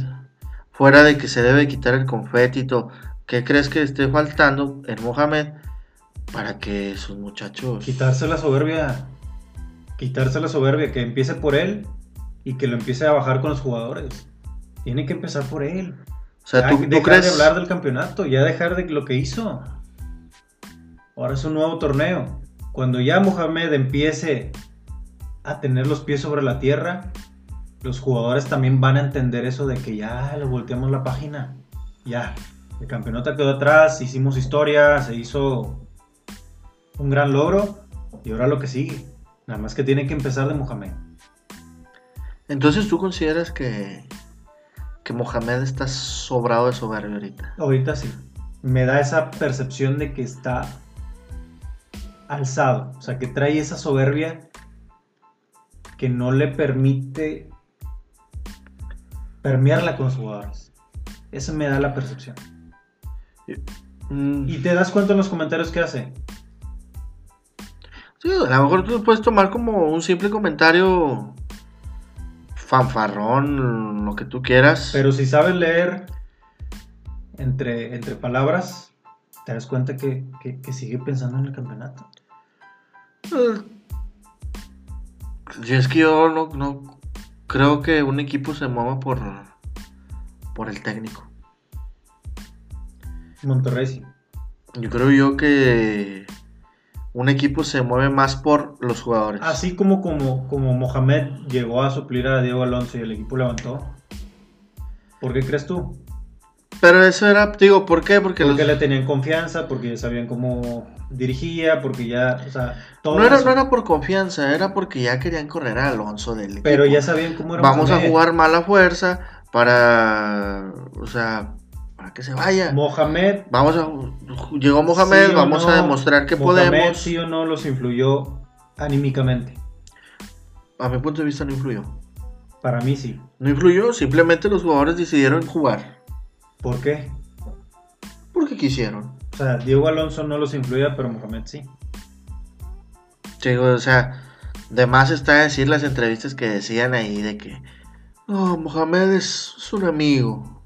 Speaker 1: Fuera de que se debe quitar el confeti y todo, ¿qué crees que esté faltando en Mohamed para que sus muchachos...
Speaker 2: Quitarse la soberbia. Quitarse la soberbia. Que empiece por él y que lo empiece a bajar con los jugadores. Tiene que empezar por él.
Speaker 1: O sea,
Speaker 2: Ya
Speaker 1: ¿tú, tú
Speaker 2: dejar de
Speaker 1: crees...
Speaker 2: hablar del campeonato, ya dejar de lo que hizo. Ahora es un nuevo torneo. Cuando ya Mohamed empiece a tener los pies sobre la tierra, los jugadores también van a entender eso de que ya le volteamos la página. Ya, el campeonato quedó atrás, hicimos historia, se hizo un gran logro y ahora lo que sigue. Nada más que tiene que empezar de Mohamed.
Speaker 1: Entonces, ¿tú consideras que, que Mohamed está sobrado de soberbia ahorita?
Speaker 2: Ahorita sí. Me da esa percepción de que está alzado. O sea, que trae esa soberbia que no le permite permearla con los jugadores. Esa me da la percepción.
Speaker 1: Mm,
Speaker 2: Y te das cuenta en los comentarios que hace.
Speaker 1: Sí, a lo mejor tú lo puedes tomar como un simple comentario fanfarrón, lo que tú quieras.
Speaker 2: Pero si sabes leer entre, entre palabras, te das cuenta que, que- que sigue pensando en el campeonato.
Speaker 1: Y Pues, es que yo no, no creo que un equipo se mueva por, por el técnico.
Speaker 2: Monterrey sí.
Speaker 1: Yo creo yo que un equipo se mueve más por los jugadores.
Speaker 2: Así como, como, como Mohamed llegó a suplir a Diego Alonso y el equipo levantó. ¿Por qué crees tú?
Speaker 1: Pero eso era, digo, ¿por qué? Porque,
Speaker 2: Porque
Speaker 1: los-
Speaker 2: le tenían confianza, porque ya sabían cómo dirigía, porque ya, o sea, todo
Speaker 1: no, era,
Speaker 2: eso.
Speaker 1: no era por confianza, era porque ya querían correr a Alonso del equipo.
Speaker 2: Pero ya sabían cómo era
Speaker 1: Vamos a
Speaker 2: Mohamed.
Speaker 1: jugar mala fuerza para, o sea, para que se vaya.
Speaker 2: Mohamed
Speaker 1: Vamos a, llegó Mohamed,
Speaker 2: sí o
Speaker 1: vamos a
Speaker 2: no,
Speaker 1: demostrar que
Speaker 2: Mohamed,
Speaker 1: podemos.
Speaker 2: sí o no los influyó anímicamente.
Speaker 1: A mi punto de vista no influyó.
Speaker 2: Para mí sí.
Speaker 1: No influyó, simplemente los jugadores decidieron jugar.
Speaker 2: ¿Por qué?
Speaker 1: Porque quisieron.
Speaker 2: O sea, Diego Alonso no los influía, pero Mohamed sí.
Speaker 1: Te digo, o sea, de más está decir las entrevistas que decían ahí de que. No, Mohamed es, es un amigo.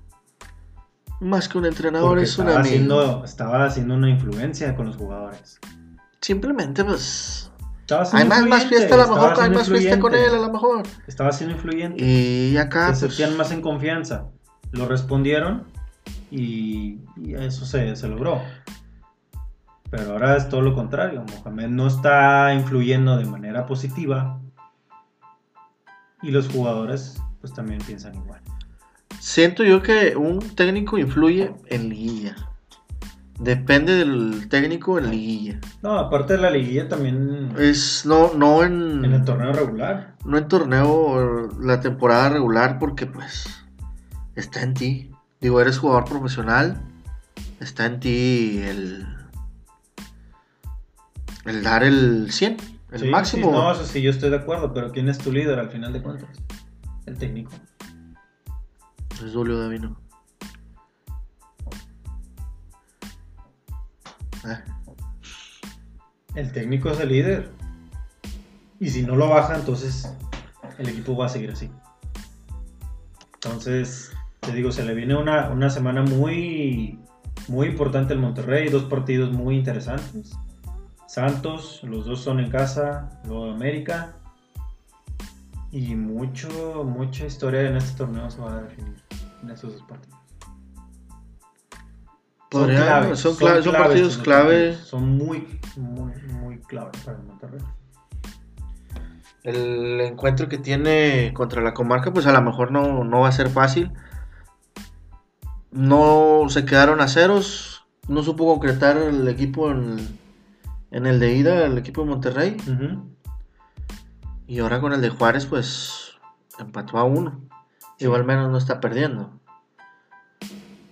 Speaker 1: Más que un entrenador,
Speaker 2: Porque
Speaker 1: es un
Speaker 2: estaba
Speaker 1: amigo.
Speaker 2: haciendo, estaba haciendo una influencia con los jugadores.
Speaker 1: Simplemente, pues.
Speaker 2: Estaba siendo
Speaker 1: Hay más, más
Speaker 2: influyente,
Speaker 1: fiesta a lo
Speaker 2: estaba
Speaker 1: mejor, hay
Speaker 2: siendo
Speaker 1: más fiesta con él
Speaker 2: influyente,
Speaker 1: a lo mejor.
Speaker 2: Estaba siendo influyente.
Speaker 1: Y acá.
Speaker 2: se
Speaker 1: pues,
Speaker 2: sentían más en confianza. Lo respondieron y, y eso se, se logró. Pero ahora es todo lo contrario. Mohamed no está influyendo de manera positiva y los jugadores pues también piensan igual.
Speaker 1: Siento yo que un técnico influye en liguilla. Depende del técnico en liguilla.
Speaker 2: No, aparte de la liguilla también
Speaker 1: Es no, no en.
Speaker 2: en el torneo regular.
Speaker 1: no en torneo eh, la temporada regular porque pues está en ti. Digo, eres jugador profesional, está en ti el el dar el 100, el
Speaker 2: Sí,
Speaker 1: máximo.
Speaker 2: sí, no, eso sí, yo estoy de acuerdo, pero ¿quién es tu líder al final de cuentas? El técnico.
Speaker 1: Es Julio Davino. Eh,
Speaker 2: El técnico es el líder. Y si no lo baja, entonces el equipo va a seguir así. Entonces, te digo, se le viene una, una semana muy, muy importante al Monterrey, dos partidos muy interesantes. Santos, los dos son en casa, luego América. Y mucho, mucha historia en este torneo se va a definir en estos dos partidos.
Speaker 1: podrían- son, clave-
Speaker 2: claves,
Speaker 1: son partidos
Speaker 2: estos
Speaker 1: clave.
Speaker 2: partidos, Son muy, muy, muy claves para el Monterrey.
Speaker 1: El encuentro que tiene contra la comarca, pues a lo mejor no, no va a ser fácil. No se quedaron a ceros. No supo concretar el equipo en, en el de ida, el equipo de Monterrey.
Speaker 2: Ujú.
Speaker 1: Y ahora con el de Juárez, pues empató a uno.
Speaker 2: Sí.
Speaker 1: Igual menos no está perdiendo.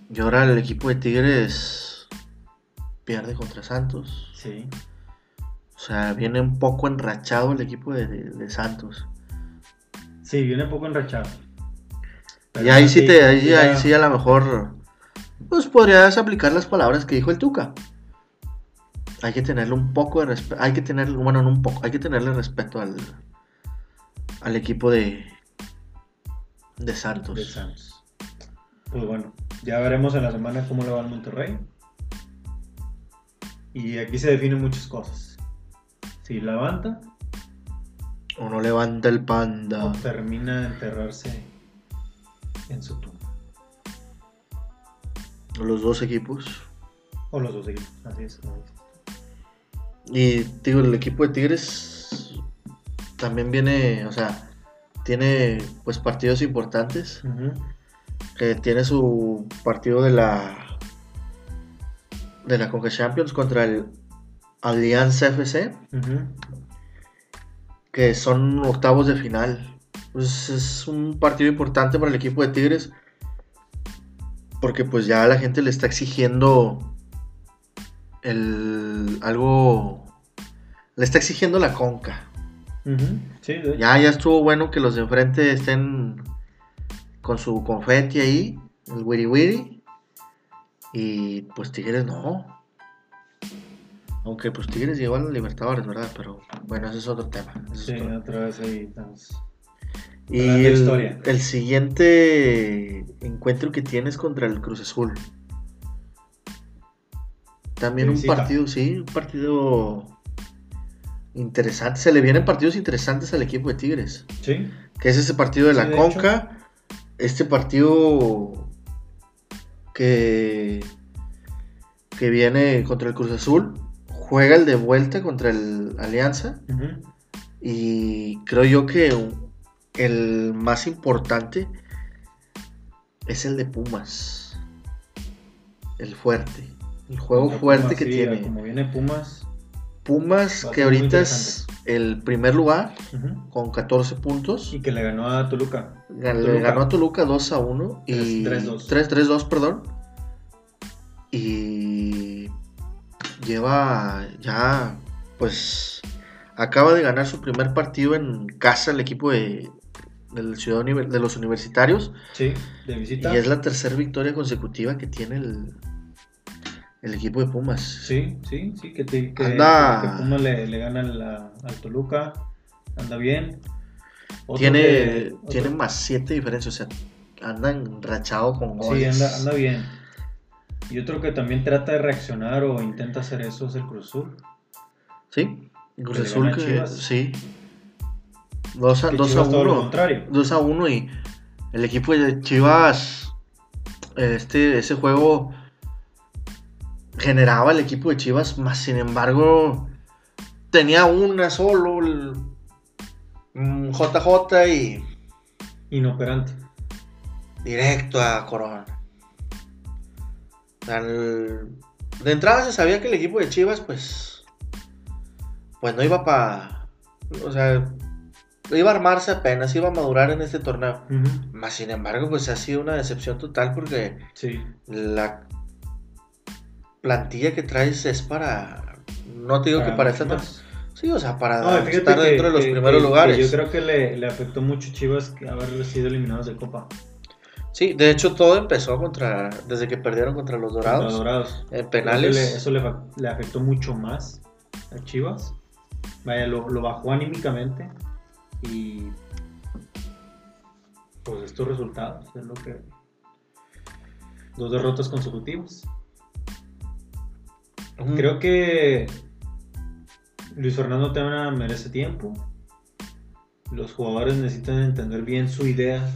Speaker 1: Y ahora el equipo de Tigres pierde contra Santos.
Speaker 2: Sí.
Speaker 1: O sea, viene un poco enrachado el equipo de, de- de Santos.
Speaker 2: Sí, viene un poco enrachado.
Speaker 1: y ahí sí, te, ahí,
Speaker 2: ya-
Speaker 1: ahí sí a lo mejor, pues podrías aplicar las palabras que dijo el Tuca. Hay que tenerle un poco de respeto, hay que tener, bueno, no un poco, hay que tenerle respeto al, al equipo de, de Santos.
Speaker 2: de Santos. Pues bueno, ya veremos en la semana cómo le va al Monterrey. Y aquí se definen muchas cosas. Si levanta
Speaker 1: O no levanta el panda.
Speaker 2: o termina de enterrarse en su tumba.
Speaker 1: Los dos equipos.
Speaker 2: O los dos equipos. Así es. como dices.
Speaker 1: Y digo, el equipo de Tigres también viene, o sea, tiene pues partidos importantes.
Speaker 2: Ujú.
Speaker 1: que tiene su partido de la de la Conca Champions contra el Alianza FC,
Speaker 2: Ujú.
Speaker 1: que son octavos de final. Pues es un partido importante para el equipo de Tigres, porque pues ya la gente le está exigiendo el algo, le está exigiendo la Conca.
Speaker 2: Ujú. Sí, de hecho.
Speaker 1: Ya, ya estuvo bueno que los de enfrente estén con su confeti ahí, el wiri wiri. Y pues Tigres no. Aunque pues Tigres llegó a los Libertadores, ¿verdad? Pero bueno, ese es otro tema. ese
Speaker 2: Sí,
Speaker 1: es otro-
Speaker 2: otra vez ahí estamos.
Speaker 1: Y
Speaker 2: grande
Speaker 1: el,
Speaker 2: historia.
Speaker 1: el siguiente encuentro que tienes contra el Cruz Azul. También
Speaker 2: De
Speaker 1: un
Speaker 2: visita.
Speaker 1: partido, sí, un partido interesante. Se le vienen partidos interesantes al equipo de Tigres
Speaker 2: Sí,
Speaker 1: que es ese partido de
Speaker 2: Sí,
Speaker 1: la
Speaker 2: de
Speaker 1: Conca. Este partido que, que viene contra el Cruz Azul. Juega el de vuelta contra el Alianza.
Speaker 2: Ujú.
Speaker 1: Y creo yo que un- el más importante es el de Pumas. El fuerte. El juego
Speaker 2: Contra
Speaker 1: fuerte
Speaker 2: Pumas,
Speaker 1: que
Speaker 2: sí,
Speaker 1: tiene.
Speaker 2: Como viene Pumas.
Speaker 1: Pumas,
Speaker 2: Va a
Speaker 1: que
Speaker 2: ser muy
Speaker 1: ahorita es el primer lugar
Speaker 2: Ujú.
Speaker 1: con 14 puntos.
Speaker 2: Y que le ganó a Toluca.
Speaker 1: Gan- Le
Speaker 2: Toluca.
Speaker 1: ganó a Toluca 2 a 1 y
Speaker 2: 3-3-2.
Speaker 1: 3-3-2, perdón. Y lleva ya pues acaba de ganar su primer partido en casa el equipo de del Ciudad Univer- de los universitarios
Speaker 2: Sí, de
Speaker 1: y
Speaker 2: visita.
Speaker 1: es la tercera victoria consecutiva que tiene el el equipo de Pumas.
Speaker 2: Sí, sí, sí, que, te, que,
Speaker 1: Anda.
Speaker 2: que Pumas le, le gana la- al Toluca. Anda bien. Otro
Speaker 1: tiene
Speaker 2: que- otro-
Speaker 1: tiene más 7 diferencias, o sea, andan rachado con
Speaker 2: Sí,
Speaker 1: goles.
Speaker 2: anda, anda bien. Y otro que también trata de reaccionar o intenta hacer eso es el Cruz Azul.
Speaker 1: Sí, Cruz
Speaker 2: Que le
Speaker 1: Azul
Speaker 2: gana a
Speaker 1: que
Speaker 2: Chivas.
Speaker 1: sí. 2 a,
Speaker 2: Que
Speaker 1: dos a
Speaker 2: Chivas todo lo
Speaker 1: 1.
Speaker 2: contrario.
Speaker 1: 2 a 1 y el equipo de Chivas este ese juego generaba el equipo de Chivas, más sin embargo tenía una solo el mm, JJ y
Speaker 2: Inoperante.
Speaker 1: directo a Corona. Al- De entrada se sabía que el equipo de Chivas, pues. Pues no iba para. O sea, iba a armarse apenas, iba a madurar en este torneo.
Speaker 2: Ujú.
Speaker 1: Más sin embargo, pues ha sido una decepción total porque
Speaker 2: Sí,
Speaker 1: la plantilla que traes es para. No te digo que para esta.
Speaker 2: mucho
Speaker 1: tem-
Speaker 2: más.
Speaker 1: Sí, o sea, para
Speaker 2: No, y fíjate
Speaker 1: estar
Speaker 2: que-
Speaker 1: dentro de los
Speaker 2: que-
Speaker 1: primeros
Speaker 2: que-
Speaker 1: lugares.
Speaker 2: que yo creo que le, le afectó mucho Chivas que haber sido eliminados de Copa.
Speaker 1: Sí, de hecho todo empezó contra. Desde que perdieron contra los
Speaker 2: contra
Speaker 1: Dorados.
Speaker 2: Dorados.
Speaker 1: En
Speaker 2: Creo que le-
Speaker 1: penales.
Speaker 2: eso le, fa- le afectó mucho más a Chivas. Vaya, lo, lo bajó anímicamente y pues estos resultados es lo que dos derrotas consecutivas.
Speaker 1: Ujú.
Speaker 2: Creo que Luis Fernando Tena merece tiempo. Los jugadores necesitan entender bien su idea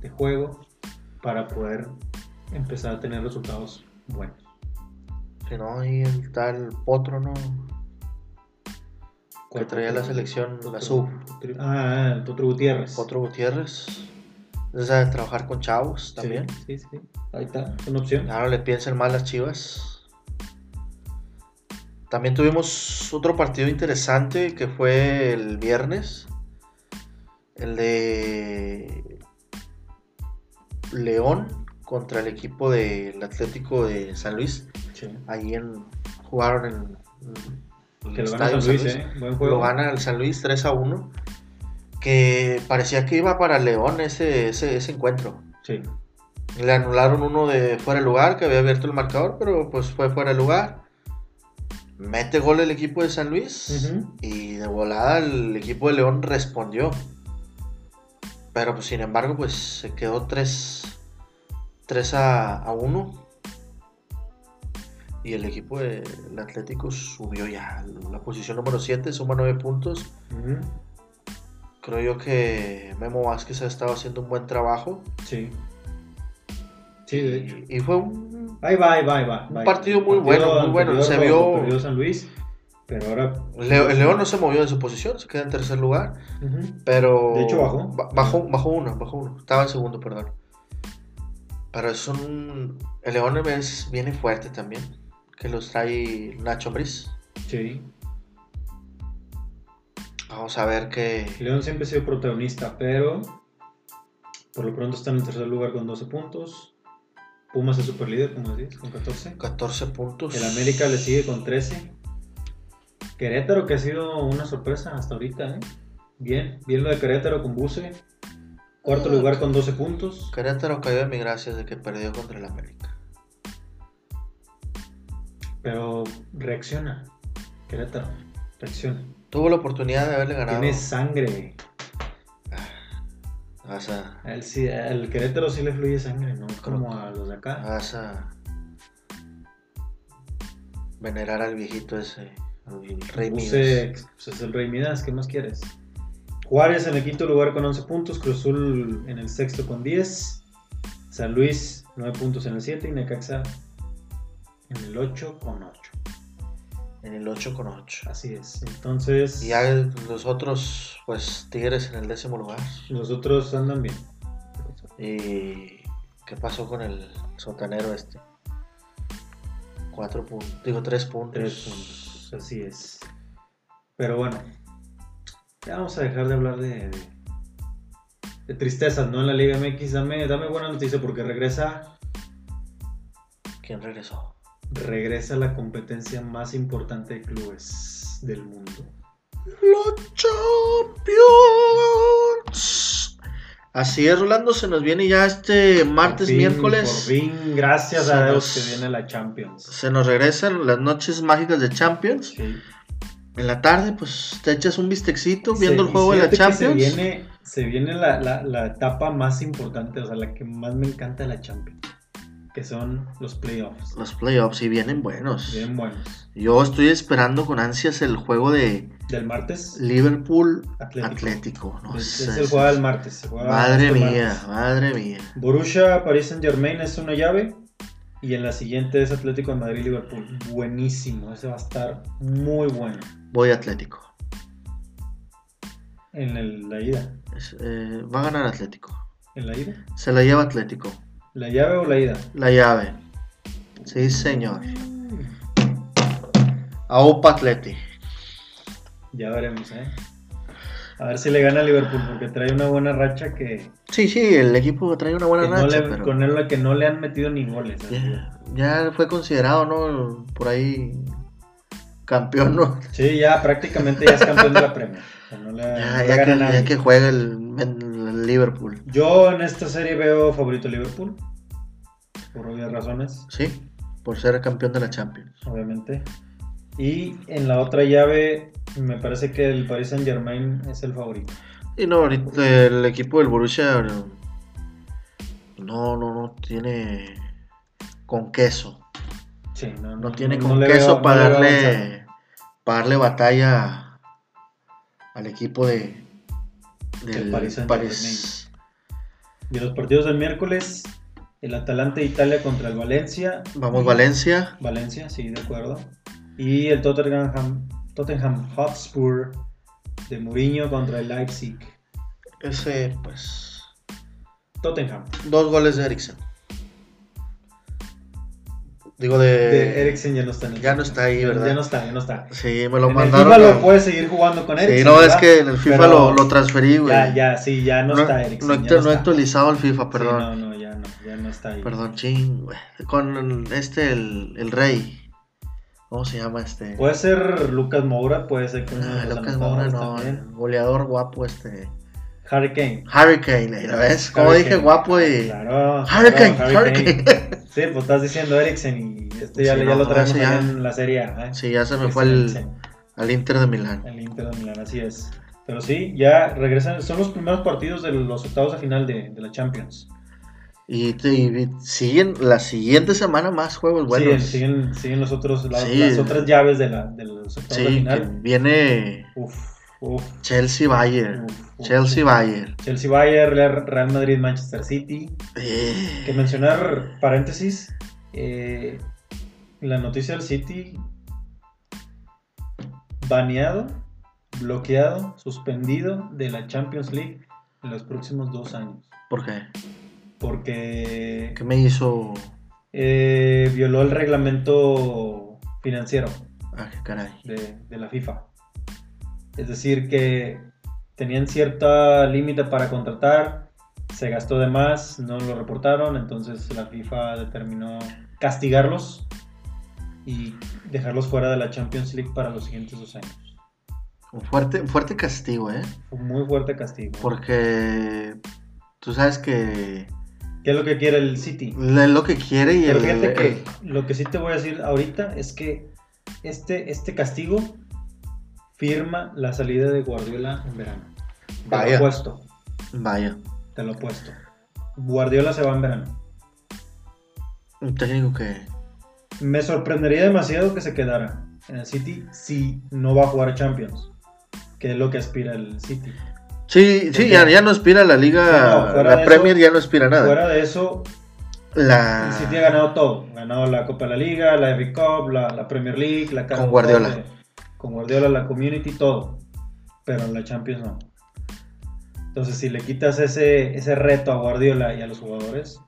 Speaker 2: de juego para poder empezar a tener resultados buenos.
Speaker 1: Si no, ahí está el potro, ¿no? Que traía la selección, la sub.
Speaker 2: Ah, el Potro Gutiérrez.
Speaker 1: Potro Gutiérrez. Esa de trabajar con chavos también. Ah,
Speaker 2: Sí, sí, sí. Ahí está, es una opción.
Speaker 1: Ahora le piensen mal las chivas. También tuvimos otro partido interesante que fue el viernes. El de León contra el equipo del Atlético de San Luis.
Speaker 2: Sí.
Speaker 1: Ahí en, jugaron en, en el
Speaker 2: Que lo
Speaker 1: estadio
Speaker 2: gana San Luis, ¿eh? Buen juego.
Speaker 1: Lo gana el San Luis 3 a 1. Que parecía que iba para León ese, ese, ese encuentro.
Speaker 2: Sí.
Speaker 1: Le anularon uno de fuera de lugar que había abierto el marcador, pero pues fue fuera de lugar. Mete gol el equipo de San Luis
Speaker 2: Ujú.
Speaker 1: y de volada el equipo de León respondió. Pero pues sin embargo pues se quedó 3, 3 a, a 1. Y el equipo del Atlético subió ya a la posición número 7, suma 9 puntos.
Speaker 2: Ujú.
Speaker 1: Creo yo que Memo Vázquez ha estado haciendo un buen trabajo.
Speaker 2: Sí. Sí, de hecho.
Speaker 1: Y, y fue un
Speaker 2: Ahí va, ahí va, ahí va.
Speaker 1: Un partido muy bueno, muy bueno, se vio-
Speaker 2: San Luis Pero ahora.
Speaker 1: Leo- el León no se movió de su posición, se queda en tercer lugar.
Speaker 2: Ujú.
Speaker 1: Pero.
Speaker 2: De hecho, bajó.
Speaker 1: Ba- Bajó, bajó uno, bajó uno. Estaba en segundo, perdón. Pero es un. El León es, viene fuerte también. Que los trae Nacho Briz.
Speaker 2: Sí.
Speaker 1: Vamos a ver qué.
Speaker 2: León siempre ha sido protagonista, pero por lo pronto está en el tercer lugar con 12 puntos. Pumas es superlíder, como decís, con 14.
Speaker 1: 14 puntos.
Speaker 2: El América le sigue con 13. Querétaro, que ha sido una sorpresa hasta ahorita, ¿eh? Bien, bien lo de Querétaro con Buse. Cuarto lugar con 12 puntos.
Speaker 1: Querétaro cayó de mi gracias de que perdió contra el América.
Speaker 2: Pero reacciona. Querétaro, reacciona.
Speaker 1: Tuvo la oportunidad de haberle ganado.
Speaker 2: Tiene sangre.
Speaker 1: Vas a.
Speaker 2: Al, sí- al Querétaro sí le fluye sangre, ¿no? Como a los de acá.
Speaker 1: Vas a. Venerar al viejito ese. Al rey
Speaker 2: Buse
Speaker 1: Midas.
Speaker 2: pues, es el Rey Midas, ¿qué más quieres? Juárez en el quinto lugar con 11 puntos, Cruz Azul en el sexto con 10, San Luis 9 puntos en el 7 y Necaxa en el 8 con 8.
Speaker 1: En el 8 con 8.
Speaker 2: Así es. Entonces,
Speaker 1: Y ya los otros, pues Tigres en el décimo lugar.
Speaker 2: los otros andan bien.
Speaker 1: ¿Y qué pasó con el sotanero este? Cuatro puntos, digo tres puntos.
Speaker 2: 3 puntos, así es. Pero bueno, ya vamos a dejar de hablar de, de, de tristezas, ¿no? En la Liga MX, dame, dame buena noticia porque regresa
Speaker 1: ¿Quién regresó?
Speaker 2: regresa la competencia más importante de clubes del mundo.
Speaker 1: ¡Los Champions! Así es, Rolando, se nos viene ya este martes,
Speaker 2: Por fin,
Speaker 1: miércoles.
Speaker 2: Por fin, gracias
Speaker 1: Se
Speaker 2: a
Speaker 1: nos-
Speaker 2: Dios que viene la Champions.
Speaker 1: Se nos regresan las noches mágicas de Champions.
Speaker 2: Sí.
Speaker 1: En la tarde, pues te echas un bistecito
Speaker 2: Se-
Speaker 1: viendo el
Speaker 2: y
Speaker 1: juego de la
Speaker 2: fíjate que
Speaker 1: Champions.
Speaker 2: Se viene, se viene la, la- la etapa más importante, o sea, la que más me encanta de la Champions, que son los playoffs.
Speaker 1: Los playoffs, y vienen buenos.
Speaker 2: Bien buenos.
Speaker 1: Yo estoy esperando con ansias el juego de
Speaker 2: Del martes,
Speaker 1: Liverpool
Speaker 2: Atlético.
Speaker 1: Atlético. No
Speaker 2: Es,
Speaker 1: sé,
Speaker 2: es el juego del martes. se juega
Speaker 1: Madre
Speaker 2: este
Speaker 1: mía,
Speaker 2: martes.
Speaker 1: madre mía.
Speaker 2: Borussia, Paris Saint Germain es una llave. Y en la siguiente es Atlético de Madrid, Liverpool. Buenísimo, ese va a estar muy bueno.
Speaker 1: Voy Atlético.
Speaker 2: En el- la ida.
Speaker 1: Es- eh, va a ganar Atlético.
Speaker 2: ¿En la ida?
Speaker 1: Se la lleva Atlético.
Speaker 2: ¿La llave o la ida?
Speaker 1: La llave. Sí, señor. A Opa Atleti.
Speaker 2: Ya veremos, ¿eh? A ver si le gana a Liverpool, porque trae una buena racha que,
Speaker 1: Sí, sí, el equipo trae una buena
Speaker 2: que no
Speaker 1: racha,
Speaker 2: le-
Speaker 1: pero
Speaker 2: con él la que no le han metido ni goles. así.
Speaker 1: ya, ya fue considerado, ¿no? Por ahí campeón, ¿no?
Speaker 2: Sí, ya prácticamente ya es campeón de la Premier. O sea, no le, Ah, no
Speaker 1: Ya,
Speaker 2: le
Speaker 1: ya
Speaker 2: gana
Speaker 1: que,
Speaker 2: nadie.
Speaker 1: ya que juega el, el Liverpool.
Speaker 2: Yo en esta serie veo favorito Liverpool. Por obvias razones.
Speaker 1: Sí, por ser campeón de la Champions.
Speaker 2: obviamente. Y en la otra llave, me parece que el Paris Saint Germain es el favorito.
Speaker 1: Y no, ahorita el equipo del Borussia no, no, no tiene con queso.
Speaker 2: Sí, no,
Speaker 1: No tiene
Speaker 2: no
Speaker 1: con
Speaker 2: le
Speaker 1: queso
Speaker 2: veo-
Speaker 1: para,
Speaker 2: no le veo avanzar.
Speaker 1: darle, para darle batalla al equipo de
Speaker 2: Del Paris Saint-Germain.
Speaker 1: Paris.
Speaker 2: Y los partidos del miércoles, el Atalanta de Italia contra el Valencia.
Speaker 1: Vamos Valencia,
Speaker 2: Valencia, sí, de acuerdo. Y el Tottenham, Tottenham Hotspur de Mourinho contra el Leipzig.
Speaker 1: ese pues
Speaker 2: Tottenham.
Speaker 1: dos goles de Eriksen. Digo de,
Speaker 2: De Eriksen ya no está en el
Speaker 1: Eh, ya no está ahí, ¿verdad?
Speaker 2: Ya no está, ya no está.
Speaker 1: Sí, me lo
Speaker 2: en
Speaker 1: mandaron.
Speaker 2: el FIFA
Speaker 1: a-
Speaker 2: lo puedes seguir jugando con Eriksen.
Speaker 1: sí, Eh, no, es
Speaker 2: ¿verdad?
Speaker 1: que en el FIFA
Speaker 2: Pero-
Speaker 1: lo, lo transferí, güey.
Speaker 2: Ya, ya, sí, ya no,
Speaker 1: No,
Speaker 2: está Eriksen.
Speaker 1: no
Speaker 2: ya
Speaker 1: actu- no he
Speaker 2: está.
Speaker 1: actualizado el FIFA,
Speaker 2: Sí,
Speaker 1: perdón.
Speaker 2: no, no, ya no, ya no está ahí.
Speaker 1: Perdón, ching, güey. Con este, el, el rey. ¿Cómo se llama este?
Speaker 2: Puede ser Lucas Moura, puede ser que uno
Speaker 1: Ah,
Speaker 2: de los
Speaker 1: Lucas Moura,
Speaker 2: anotadores
Speaker 1: no.
Speaker 2: también.
Speaker 1: el Goleador guapo este.
Speaker 2: Harry Kane.
Speaker 1: Hurricane, ¿lo ves? Como
Speaker 2: Harry
Speaker 1: dije,
Speaker 2: Kane.
Speaker 1: guapo y...
Speaker 2: Claro,
Speaker 1: Hurricane,
Speaker 2: claro, Harry Kane.
Speaker 1: Hurricane.
Speaker 2: Sí, pues estás diciendo Eriksen y este ya,
Speaker 1: Sí,
Speaker 2: ya
Speaker 1: no,
Speaker 2: lo traemos
Speaker 1: ese ya-
Speaker 2: ahí en la Serie A. ¿eh?
Speaker 1: Sí, ya se me
Speaker 2: Este
Speaker 1: fue al,
Speaker 2: Eriksen,
Speaker 1: al Inter de Milán.
Speaker 2: el Inter de Milán, así es. Pero sí, ya regresan, son los primeros partidos de los octavos de final de, de la Champions.
Speaker 1: Y, te- y siguen la siguiente semana más juegos
Speaker 2: Siguen,
Speaker 1: buenos. Sí,
Speaker 2: siguen, siguen los otros, la-
Speaker 1: Sí.
Speaker 2: las otras llaves de, la, de los octavos de
Speaker 1: que
Speaker 2: final.
Speaker 1: viene
Speaker 2: Uf, uf,
Speaker 1: Chelsea-Bayern.
Speaker 2: uf, uf.
Speaker 1: Chelsea-Bayern.
Speaker 2: Chelsea Bayern, Real Real Madrid, Manchester City.
Speaker 1: Eh,
Speaker 2: Que mencionar, paréntesis, eh, la noticia del City baneado, bloqueado, suspendido de la Champions League en los próximos dos años.
Speaker 1: ¿Por qué?
Speaker 2: Porque
Speaker 1: ¿Qué me hizo?
Speaker 2: eh, violó el reglamento financiero
Speaker 1: Ah, qué caray.
Speaker 2: de, de la FIFA. Es decir, que tenían cierta límite para contratar, se gastó de más, no lo reportaron, entonces la FIFA determinó castigarlos y dejarlos fuera de la Champions League para los siguientes dos años.
Speaker 1: Un fuerte, un fuerte castigo, ¿eh?
Speaker 2: Fue un muy fuerte castigo.
Speaker 1: Porque tú sabes que
Speaker 2: ¿Qué es lo que quiere el City?
Speaker 1: es lo que quiere y
Speaker 2: Pero
Speaker 1: el,
Speaker 2: fíjate que
Speaker 1: el-
Speaker 2: lo que sí te voy a decir ahorita es que este, este castigo firma la salida de Guardiola en verano. Te lo
Speaker 1: Vaya.
Speaker 2: apuesto,
Speaker 1: Vaya.
Speaker 2: te lo apuesto. Guardiola se va en verano.
Speaker 1: Un técnico que.
Speaker 2: Me sorprendería demasiado que se quedara en el City si no va a jugar Champions, que es lo que aspira el City.
Speaker 1: Sí, sí, ya, ya no aspira a la
Speaker 2: No,
Speaker 1: liga.
Speaker 2: fuera de
Speaker 1: la
Speaker 2: eso-
Speaker 1: Premier ya no aspira a nada. Ah.
Speaker 2: Fuera de eso,
Speaker 1: La...
Speaker 2: el City ha ganado todo. Ha ganado la Copa de la Liga, la FA Cup, la, la Premier League, la Carabao
Speaker 1: Guardiola.
Speaker 2: Cup, eh, con Guardiola, la Community, todo. Pero en la Champions no. Entonces, si le quitas ese, ese reto a Guardiola y a los jugadores,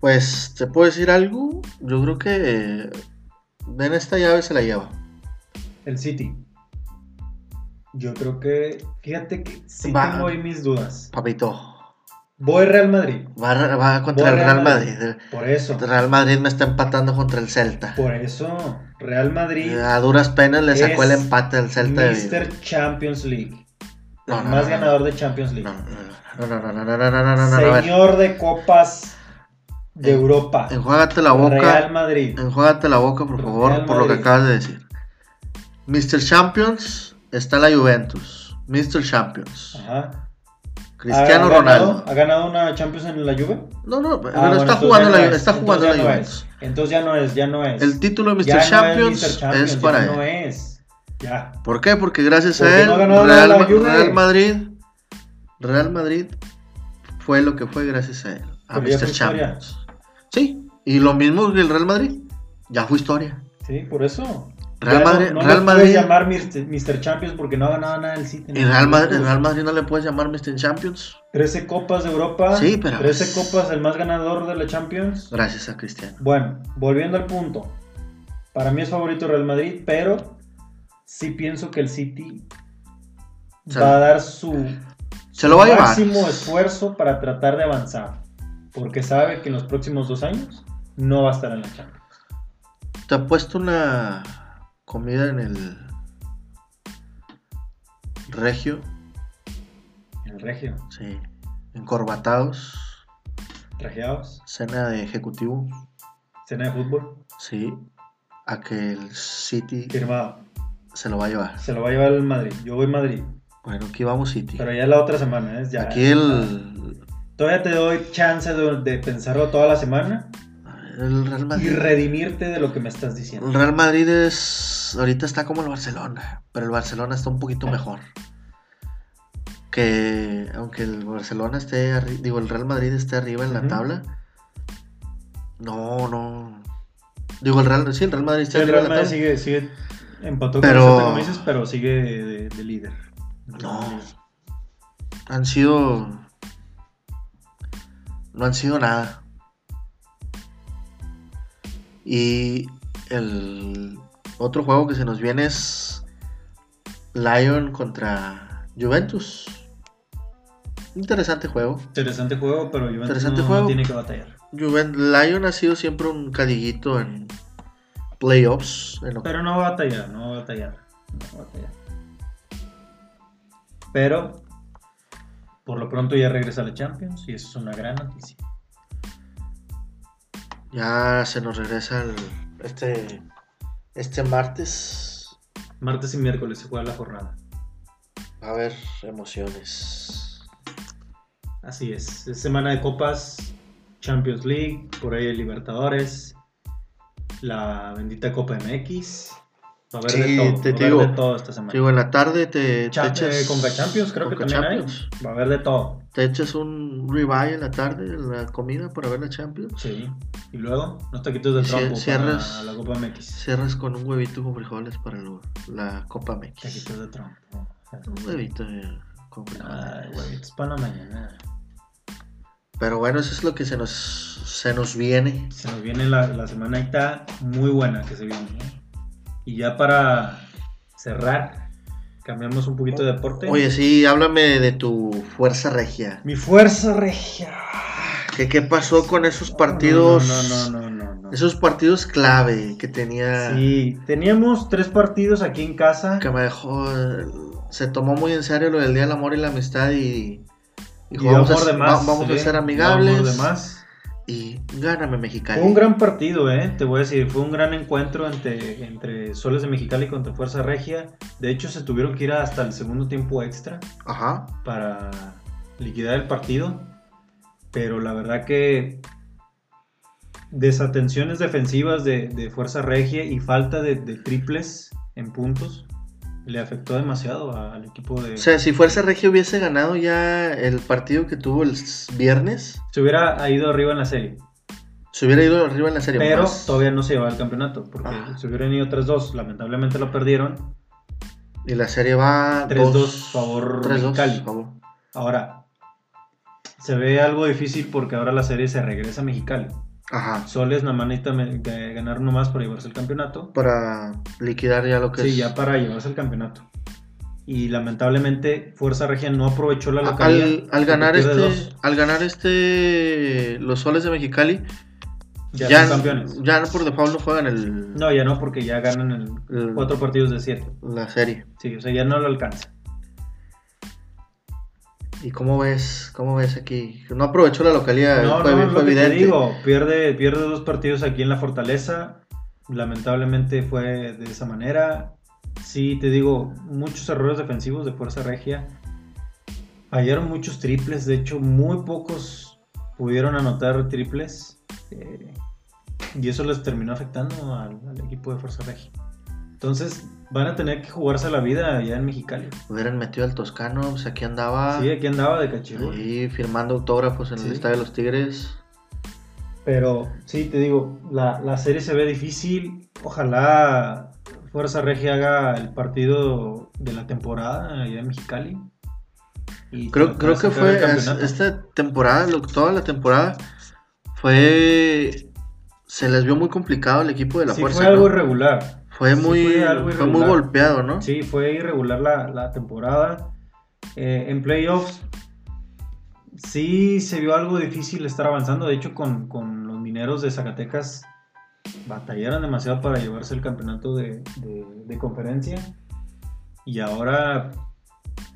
Speaker 1: Pues, ¿te puedo decir algo? Yo creo que. En esta llave se la lleva.
Speaker 2: el City. Yo creo que, fíjate que sí
Speaker 1: Va.
Speaker 2: tengo ahí mis dudas.
Speaker 1: Papito.
Speaker 2: Voy Real Madrid,
Speaker 1: Va, va contra
Speaker 2: Voy
Speaker 1: el Real
Speaker 2: Real
Speaker 1: Madrid.
Speaker 2: Madrid. por eso.
Speaker 1: El Real Madrid me está empatando contra el Celta.
Speaker 2: Por eso, Real Madrid,
Speaker 1: A duras penas le sacó el
Speaker 2: es
Speaker 1: empate al Celta de Vigo.
Speaker 2: Mr. Champions League.
Speaker 1: No,
Speaker 2: el
Speaker 1: no, no,
Speaker 2: más
Speaker 1: no.
Speaker 2: ganador de Champions League.
Speaker 1: No, no, no, no, no, no, no, no, no, no, no, no, a ver.
Speaker 2: Señor de copas de
Speaker 1: Eh,
Speaker 2: Europa.
Speaker 1: Enjuágate la boca.
Speaker 2: Real Madrid.
Speaker 1: Enjuágate la boca, por
Speaker 2: Real
Speaker 1: favor, por lo que
Speaker 2: Madrid.
Speaker 1: acabas de decir. Mr. Champions está la Juventus. Mr. Champions.
Speaker 2: Ajá.
Speaker 1: Cristiano
Speaker 2: Ah, ¿Ha ganado-
Speaker 1: Ronaldo.
Speaker 2: ¿Ha ganado una Champions en la Juve?
Speaker 1: No, no, pero
Speaker 2: Ah,
Speaker 1: está
Speaker 2: bueno, entonces
Speaker 1: jugando
Speaker 2: ya
Speaker 1: la,
Speaker 2: no es,
Speaker 1: está jugando la
Speaker 2: entonces ya no
Speaker 1: Juventus.
Speaker 2: es, Entonces ya no es, ya no es.
Speaker 1: El título de Mr.
Speaker 2: Ya no es
Speaker 1: Champions,
Speaker 2: Mr.
Speaker 1: es
Speaker 2: Champions,
Speaker 1: para
Speaker 2: ya no
Speaker 1: él.
Speaker 2: es. Ya.
Speaker 1: ¿Por qué? Porque gracias a
Speaker 2: Porque
Speaker 1: él,
Speaker 2: no ganó la-
Speaker 1: Real,
Speaker 2: la
Speaker 1: Ma-
Speaker 2: Juve.
Speaker 1: Real Madrid, Real Madrid fue lo que fue gracias a él, a
Speaker 2: Pero ya
Speaker 1: Mr.
Speaker 2: fue historia.
Speaker 1: Champions. Sí, y lo mismo que el Real Madrid, ya fue historia.
Speaker 2: Sí, por eso.
Speaker 1: Real
Speaker 2: Ya no-
Speaker 1: Madrid-
Speaker 2: no,
Speaker 1: Real
Speaker 2: le puedes
Speaker 1: Madrid-
Speaker 2: llamar Mr. Mr. Champions porque no ha ganado nada el City.
Speaker 1: El Real Madrid, el Real Madrid no le puedes llamar Mr. Champions
Speaker 2: 13 copas de Europa.
Speaker 1: Sí, pero-
Speaker 2: 13 copas, el más ganador de la Champions.
Speaker 1: gracias a Cristiano.
Speaker 2: Bueno, volviendo al punto. Para mí es favorito Real Madrid, pero sí pienso que el City
Speaker 1: Se-
Speaker 2: va a dar su
Speaker 1: Se lo va a llevar.
Speaker 2: máximo esfuerzo para tratar de avanzar. Porque sabe que en los próximos dos años no va a estar en la Champions.
Speaker 1: Te ha puesto una comida en el regio,
Speaker 2: En el regio,
Speaker 1: sí, encorbatados,
Speaker 2: trajeados,
Speaker 1: cena de ejecutivo,
Speaker 2: cena de fútbol,
Speaker 1: sí, a que el City
Speaker 2: firmado.
Speaker 1: se lo va a llevar.
Speaker 2: Se lo va a llevar el Madrid. Yo voy Madrid.
Speaker 1: Bueno, aquí vamos City.
Speaker 2: Pero ya es la otra semana, ¿eh? Ya-
Speaker 1: Aquí el,
Speaker 2: Todavía te doy chance de, de pensarlo toda la semana
Speaker 1: el Real
Speaker 2: y
Speaker 1: Madrid.
Speaker 2: redimirte de lo que me estás diciendo.
Speaker 1: El Real Madrid es. Ahorita está como el Barcelona. Pero el Barcelona está un poquito mejor. Que. Aunque el Barcelona esté. arri- Digo, el Real Madrid esté arriba en la
Speaker 2: Ujú.
Speaker 1: tabla. No, no. Digo, el Real. Sí, el Real Madrid
Speaker 2: Sí,
Speaker 1: está
Speaker 2: el
Speaker 1: arriba
Speaker 2: Real
Speaker 1: en la
Speaker 2: Madrid
Speaker 1: tabla.
Speaker 2: sigue, sigue empató
Speaker 1: Pero-
Speaker 2: con el Celta, como dices, pero sigue de, de líder.
Speaker 1: No. Han sido. No han sido nada. Y el otro juego que se nos viene es Lyon contra Juventus. Interesante juego.
Speaker 2: Interesante juego, pero Juventus
Speaker 1: Interesante
Speaker 2: no,
Speaker 1: juego.
Speaker 2: no tiene que batallar.
Speaker 1: Juven Lyon ha sido siempre un cadillito en playoffs. en lo-
Speaker 2: Pero no va a batallar, no va a batallar. No va a batallar. Pero, por lo pronto ya regresa a la Champions y eso es una gran noticia.
Speaker 1: Ya se nos regresa el- este, este martes.
Speaker 2: Martes y miércoles se juega la jornada.
Speaker 1: Va a haber emociones.
Speaker 2: Así es, es semana de copas, Champions League, por ahí Libertadores, la bendita Copa MX. Va a haber
Speaker 1: Sí,
Speaker 2: de todo.
Speaker 1: te-
Speaker 2: va a
Speaker 1: te
Speaker 2: haber
Speaker 1: digo-
Speaker 2: de todo esta semana.
Speaker 1: Digo, en la tarde te,
Speaker 2: Cha-
Speaker 1: te echas.
Speaker 2: eh, Conca Champions, creo
Speaker 1: Conca
Speaker 2: que también
Speaker 1: Champions.
Speaker 2: hay. Va a haber de todo.
Speaker 1: Te echas un ribeye en la tarde, en la comida para ver la Champions.
Speaker 2: Sí. Y luego, no te quites del
Speaker 1: Cie-
Speaker 2: trompo
Speaker 1: cierras-
Speaker 2: para la Copa MX.
Speaker 1: Cierras con un huevito con frijoles para lo- la Copa
Speaker 2: Te
Speaker 1: MX.
Speaker 2: quites del trompo.
Speaker 1: Un huevito eh, con frijoles.
Speaker 2: Ay, güey, es para la mañana.
Speaker 1: Pero bueno, eso es lo que se nos, se nos viene.
Speaker 2: Se nos viene la, la semanita muy buena que se viene. ¿eh? Y ya para cerrar, cambiamos un poquito de deporte.
Speaker 1: Oye, sí, háblame de tu fuerza regia.
Speaker 2: Mi fuerza regia.
Speaker 1: ¿Qué, qué pasó con esos partidos?
Speaker 2: No, no, no, no. no, no, no.
Speaker 1: Esos partidos clave que tenía.
Speaker 2: Sí, teníamos tres partidos aquí en casa.
Speaker 1: Que me dejó. eh, Se tomó muy en serio lo del Día del Amor y la Amistad y.
Speaker 2: Y
Speaker 1: dijo,
Speaker 2: de
Speaker 1: vamos,
Speaker 2: amor
Speaker 1: a,
Speaker 2: de más,
Speaker 1: va- vamos a
Speaker 2: sí,
Speaker 1: ser
Speaker 2: de
Speaker 1: amigables.
Speaker 2: amor de más.
Speaker 1: Y gáname, Mexicali.
Speaker 2: Fue un gran partido, ¿eh? Te voy a decir, fue un gran encuentro entre, entre Soles de Mexicali contra Fuerza Regia. De hecho, se tuvieron que ir hasta el segundo tiempo extra
Speaker 1: Ajá.
Speaker 2: para liquidar el partido. Pero la verdad que desatenciones defensivas de, de Fuerza Regia y falta de, de triples en puntos le afectó demasiado a- al equipo de...
Speaker 1: O sea, si Fuerza Regia hubiese ganado ya el partido que tuvo el s- viernes,
Speaker 2: se hubiera ido arriba en la serie.
Speaker 1: se hubiera ido arriba en la serie.
Speaker 2: Pero
Speaker 1: más.
Speaker 2: todavía no se llevaba el campeonato, porque
Speaker 1: Ajá.
Speaker 2: se hubieran ido 3-2, lamentablemente lo perdieron.
Speaker 1: Y la serie va
Speaker 2: 3-2
Speaker 1: dos-
Speaker 2: favor
Speaker 1: 3-2
Speaker 2: Mexicali.
Speaker 1: favor.
Speaker 2: Ahora, se ve algo difícil porque ahora la serie se regresa a Mexicali.
Speaker 1: Ajá.
Speaker 2: Soles nada más necesita me- ga- ganar nomás para llevarse el campeonato.
Speaker 1: Para liquidar ya lo que es.
Speaker 2: Sí, ya para llevarse el campeonato. Y lamentablemente Fuerza Regia no aprovechó la
Speaker 1: A-
Speaker 2: localidad.
Speaker 1: al, al ganar
Speaker 2: porque
Speaker 1: este,
Speaker 2: pierde dos,
Speaker 1: al ganar este, los soles de Mexicali,
Speaker 2: ya,
Speaker 1: ya,
Speaker 2: son campeones.
Speaker 1: ya por default no juegan el,
Speaker 2: No, ya no, porque ya ganan el
Speaker 1: el-
Speaker 2: cuatro partidos de siete.
Speaker 1: la serie.
Speaker 2: Sí, o sea, ya no lo alcanza.
Speaker 1: ¿Y cómo ves, cómo ves aquí? No aprovechó la localidad,
Speaker 2: No,
Speaker 1: fue,
Speaker 2: no, es
Speaker 1: fue
Speaker 2: lo que te
Speaker 1: evidente.
Speaker 2: digo, pierde, pierde dos partidos aquí en la Fortaleza. Lamentablemente fue de esa manera. Sí, te digo, muchos errores defensivos de Fuerza Regia. Fallaron muchos triples, de hecho, muy pocos pudieron anotar triples. eh, y eso les terminó afectando al, al equipo de Fuerza Regia. Entonces, van a tener que jugarse la vida allá en Mexicali.
Speaker 1: Hubieran metido al Toscano, pues aquí andaba
Speaker 2: Sí, aquí andaba de cachirul.
Speaker 1: ahí firmando autógrafos en
Speaker 2: Sí.
Speaker 1: el Estadio de los Tigres.
Speaker 2: Pero sí, te digo, la, la serie se ve difícil. Ojalá Fuerza Regia haga el partido de la temporada allá en Mexicali. Y
Speaker 1: Creo, creo que
Speaker 2: sacar
Speaker 1: fue
Speaker 2: el
Speaker 1: es- este
Speaker 2: campeonato.
Speaker 1: esta temporada, lo- toda la temporada, fue. Se les vio muy complicado el equipo de la
Speaker 2: sí,
Speaker 1: fuerza.
Speaker 2: fue algo
Speaker 1: ¿no?
Speaker 2: irregular.
Speaker 1: Fue
Speaker 2: sí
Speaker 1: muy,
Speaker 2: fue algo
Speaker 1: fue muy
Speaker 2: irregular.
Speaker 1: golpeado, ¿no?
Speaker 2: Sí, fue irregular la, la temporada. Eh, en playoffs, sí se vio algo difícil estar avanzando. De hecho, con, con los mineros de Zacatecas batallaron demasiado para llevarse el campeonato de, de- de conferencia. Y ahora,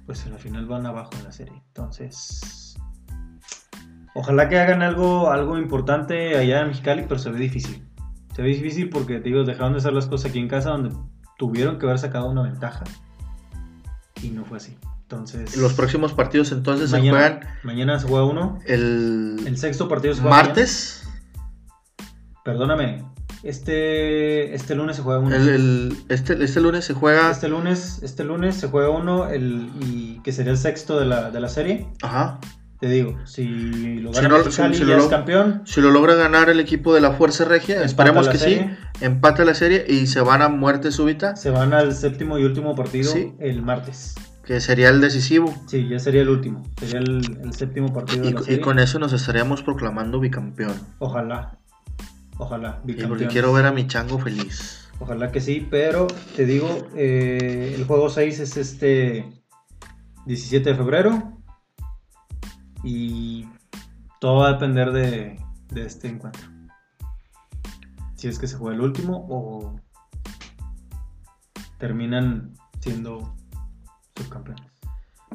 Speaker 2: pues en la final van abajo en la serie. Entonces, ojalá que hagan algo, algo importante allá en Mexicali, pero se ve difícil. Se ve difícil porque, te digo, dejaron de hacer las cosas aquí en casa donde tuvieron que haber sacado una ventaja. Y no fue así. Entonces,
Speaker 1: Los próximos partidos entonces
Speaker 2: mañana, mañana se juega uno.
Speaker 1: se juegan
Speaker 2: El
Speaker 1: el,
Speaker 2: sexto partido se juega
Speaker 1: martes.
Speaker 2: mañana. Perdóname. Este, este lunes se juega uno.
Speaker 1: El, el- este, este lunes se juega.
Speaker 2: Este lunes, este lunes se juega uno, el, y que sería el sexto de la, de la serie.
Speaker 1: Ajá.
Speaker 2: Te digo, si lo
Speaker 1: Si
Speaker 2: gana
Speaker 1: no-
Speaker 2: Mexicali
Speaker 1: si- si
Speaker 2: ya
Speaker 1: lo-
Speaker 2: es campeón.
Speaker 1: Si lo logra ganar el equipo de la Fuerza Regia, esperemos
Speaker 2: empata la
Speaker 1: que
Speaker 2: serie,
Speaker 1: sí. Empata la serie y se van a muerte súbita,
Speaker 2: Se van al séptimo y último partido
Speaker 1: Sí.
Speaker 2: el martes.
Speaker 1: que sería el decisivo.
Speaker 2: Sí, ya sería el último. Sería el, el séptimo partido de
Speaker 1: Y,
Speaker 2: la
Speaker 1: y
Speaker 2: serie.
Speaker 1: con eso nos estaríamos proclamando bicampeón.
Speaker 2: Ojalá.
Speaker 1: Y
Speaker 2: Ojalá.
Speaker 1: porque
Speaker 2: bicampeones.
Speaker 1: quiero ver a mi chango feliz.
Speaker 2: Ojalá que sí, pero te digo, eh, el juego 6 es este 17 de febrero y todo va a depender de, de este encuentro. Si es que se juega el último o terminan siendo subcampeones.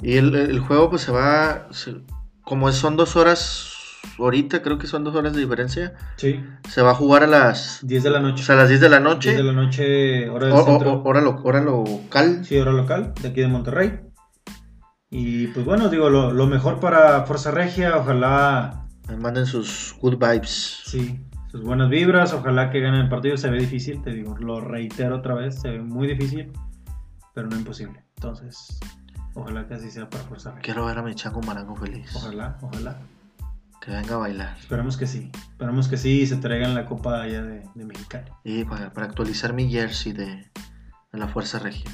Speaker 1: Y el, el juego pues se va, se- como son dos horas, ahorita creo que son dos horas de diferencia,
Speaker 2: Sí,
Speaker 1: se va a jugar a las,
Speaker 2: 10 de la
Speaker 1: o
Speaker 2: noche.
Speaker 1: sea, a las 10 de la
Speaker 2: 10 de
Speaker 1: noche,
Speaker 2: la noche, hora del
Speaker 1: o- o-
Speaker 2: centro.
Speaker 1: o- hora, lo- hora local.
Speaker 2: Sí, hora local, de aquí de Monterrey. Y pues bueno, digo, lo, lo mejor para Fuerza Regia, ojalá
Speaker 1: Me manden sus good vibes.
Speaker 2: sí, sus buenas vibras. Ojalá que ganen el partido. Se ve difícil, te digo, lo reitero otra vez, se ve muy difícil, pero no imposible. Entonces, ojalá que así sea para forzar.
Speaker 1: Quiero ver a mi Chango Marango feliz.
Speaker 2: Ojalá, ojalá.
Speaker 1: Que venga a bailar.
Speaker 2: Esperemos que sí. Esperemos que sí y se traigan la copa allá de, de Mexicali.
Speaker 1: Y para, para actualizar mi jersey de, de la Fuerza Regia.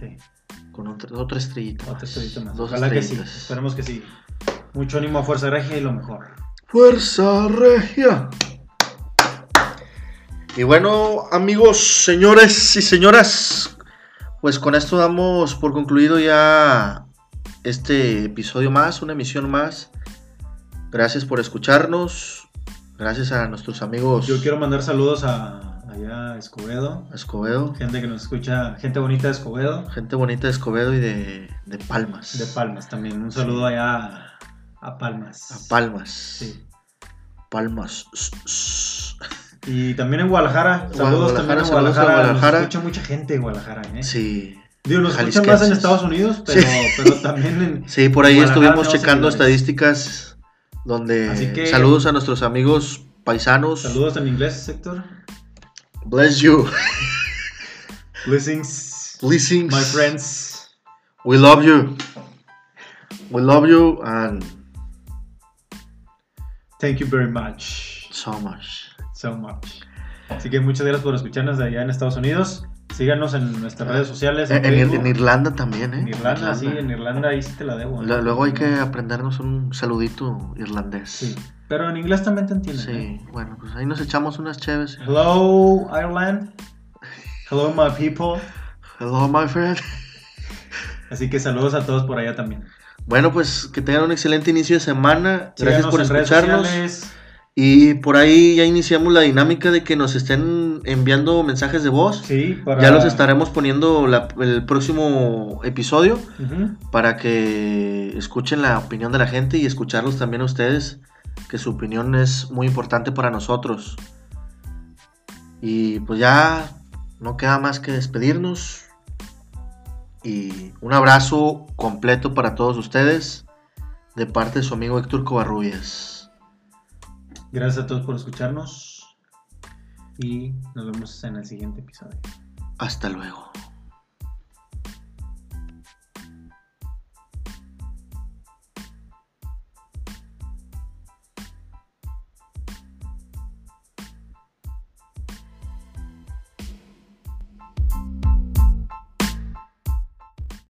Speaker 2: Sí.
Speaker 1: Con otra, otra estrellita.
Speaker 2: Otra
Speaker 1: más.
Speaker 2: estrellita más.
Speaker 1: Dos
Speaker 2: Ojalá que sí.
Speaker 1: estrellitas.
Speaker 2: Esperemos que sí. Mucho ánimo a Fuerza Regia y lo mejor.
Speaker 1: Fuerza Regia. Y bueno, amigos, señores y señoras, pues con esto damos por concluido ya este episodio más, una emisión más. Gracias por escucharnos. Gracias a nuestros amigos
Speaker 2: Yo quiero mandar saludos a allá a Escobedo.
Speaker 1: Escobedo,
Speaker 2: Gente que nos escucha, gente bonita de Escobedo.
Speaker 1: gente bonita de Escobedo y de, de Palmas.
Speaker 2: De Palmas también. Un saludo allá a Palmas.
Speaker 1: A Palmas.
Speaker 2: Sí.
Speaker 1: Palmas. S- s-
Speaker 2: Y también en Guadalajara.
Speaker 1: Guadalajara,
Speaker 2: Saludos también en
Speaker 1: saludos a
Speaker 2: Guadalajara.
Speaker 1: Guadalajara.
Speaker 2: Nos escucha mucha gente de Guadalajara, ¿eh?
Speaker 1: Sí.
Speaker 2: Digo, nos escuchan más
Speaker 1: Jalisquenses.
Speaker 2: en Estados Unidos, pero,
Speaker 1: Sí.
Speaker 2: pero también en.
Speaker 1: Sí, por ahí
Speaker 2: Guadalajara
Speaker 1: estuvimos
Speaker 2: tenemos
Speaker 1: checando
Speaker 2: seguidores.
Speaker 1: estadísticas donde
Speaker 2: Así que-
Speaker 1: saludos a nuestros amigos paisanos.
Speaker 2: Saludos en inglés, Héctor.
Speaker 1: Bless you.
Speaker 2: Blessings.
Speaker 1: Blessings.
Speaker 2: My friends.
Speaker 1: We love you. We love you and
Speaker 2: Thank you very much.
Speaker 1: so much.
Speaker 2: so much. Así que muchas gracias por escucharnos de allá en Estados Unidos. Síganos en nuestras redes sociales.
Speaker 1: Ah, En, en-
Speaker 2: Facebook,
Speaker 1: en Irlanda también, ¿eh?
Speaker 2: Pues, en Irlanda, sí, en Irlanda ahí sí te la debo. ¿eh?
Speaker 1: Lu- Luego hay que aprendernos un saludito irlandés.
Speaker 2: Sí, pero en inglés también te entienden. ¿eh?
Speaker 1: Sí, bueno, pues ahí nos echamos unas chéves.
Speaker 2: Hello, Ireland. Hello, my people.
Speaker 1: Hello, my friend.
Speaker 2: Así que saludos a todos por allá también.
Speaker 1: Bueno, pues que tengan un excelente inicio de semana. Gracias
Speaker 2: Síganos
Speaker 1: por
Speaker 2: en redes
Speaker 1: escucharnos.
Speaker 2: sociales.
Speaker 1: Y por ahí ya iniciamos la dinámica de que nos estén enviando mensajes de voz.
Speaker 2: Sí, para...
Speaker 1: Ya los estaremos poniendo la- el próximo episodio
Speaker 2: Ujú.
Speaker 1: para que escuchen la opinión de la gente y escucharlos también a ustedes, que su opinión es muy importante para nosotros. Y pues ya no queda más que despedirnos. Y un abrazo completo para todos ustedes de parte de su amigo Héctor Covarrubias.
Speaker 2: Gracias a todos por escucharnos. Y nos vemos en el siguiente episodio.
Speaker 1: Hasta luego.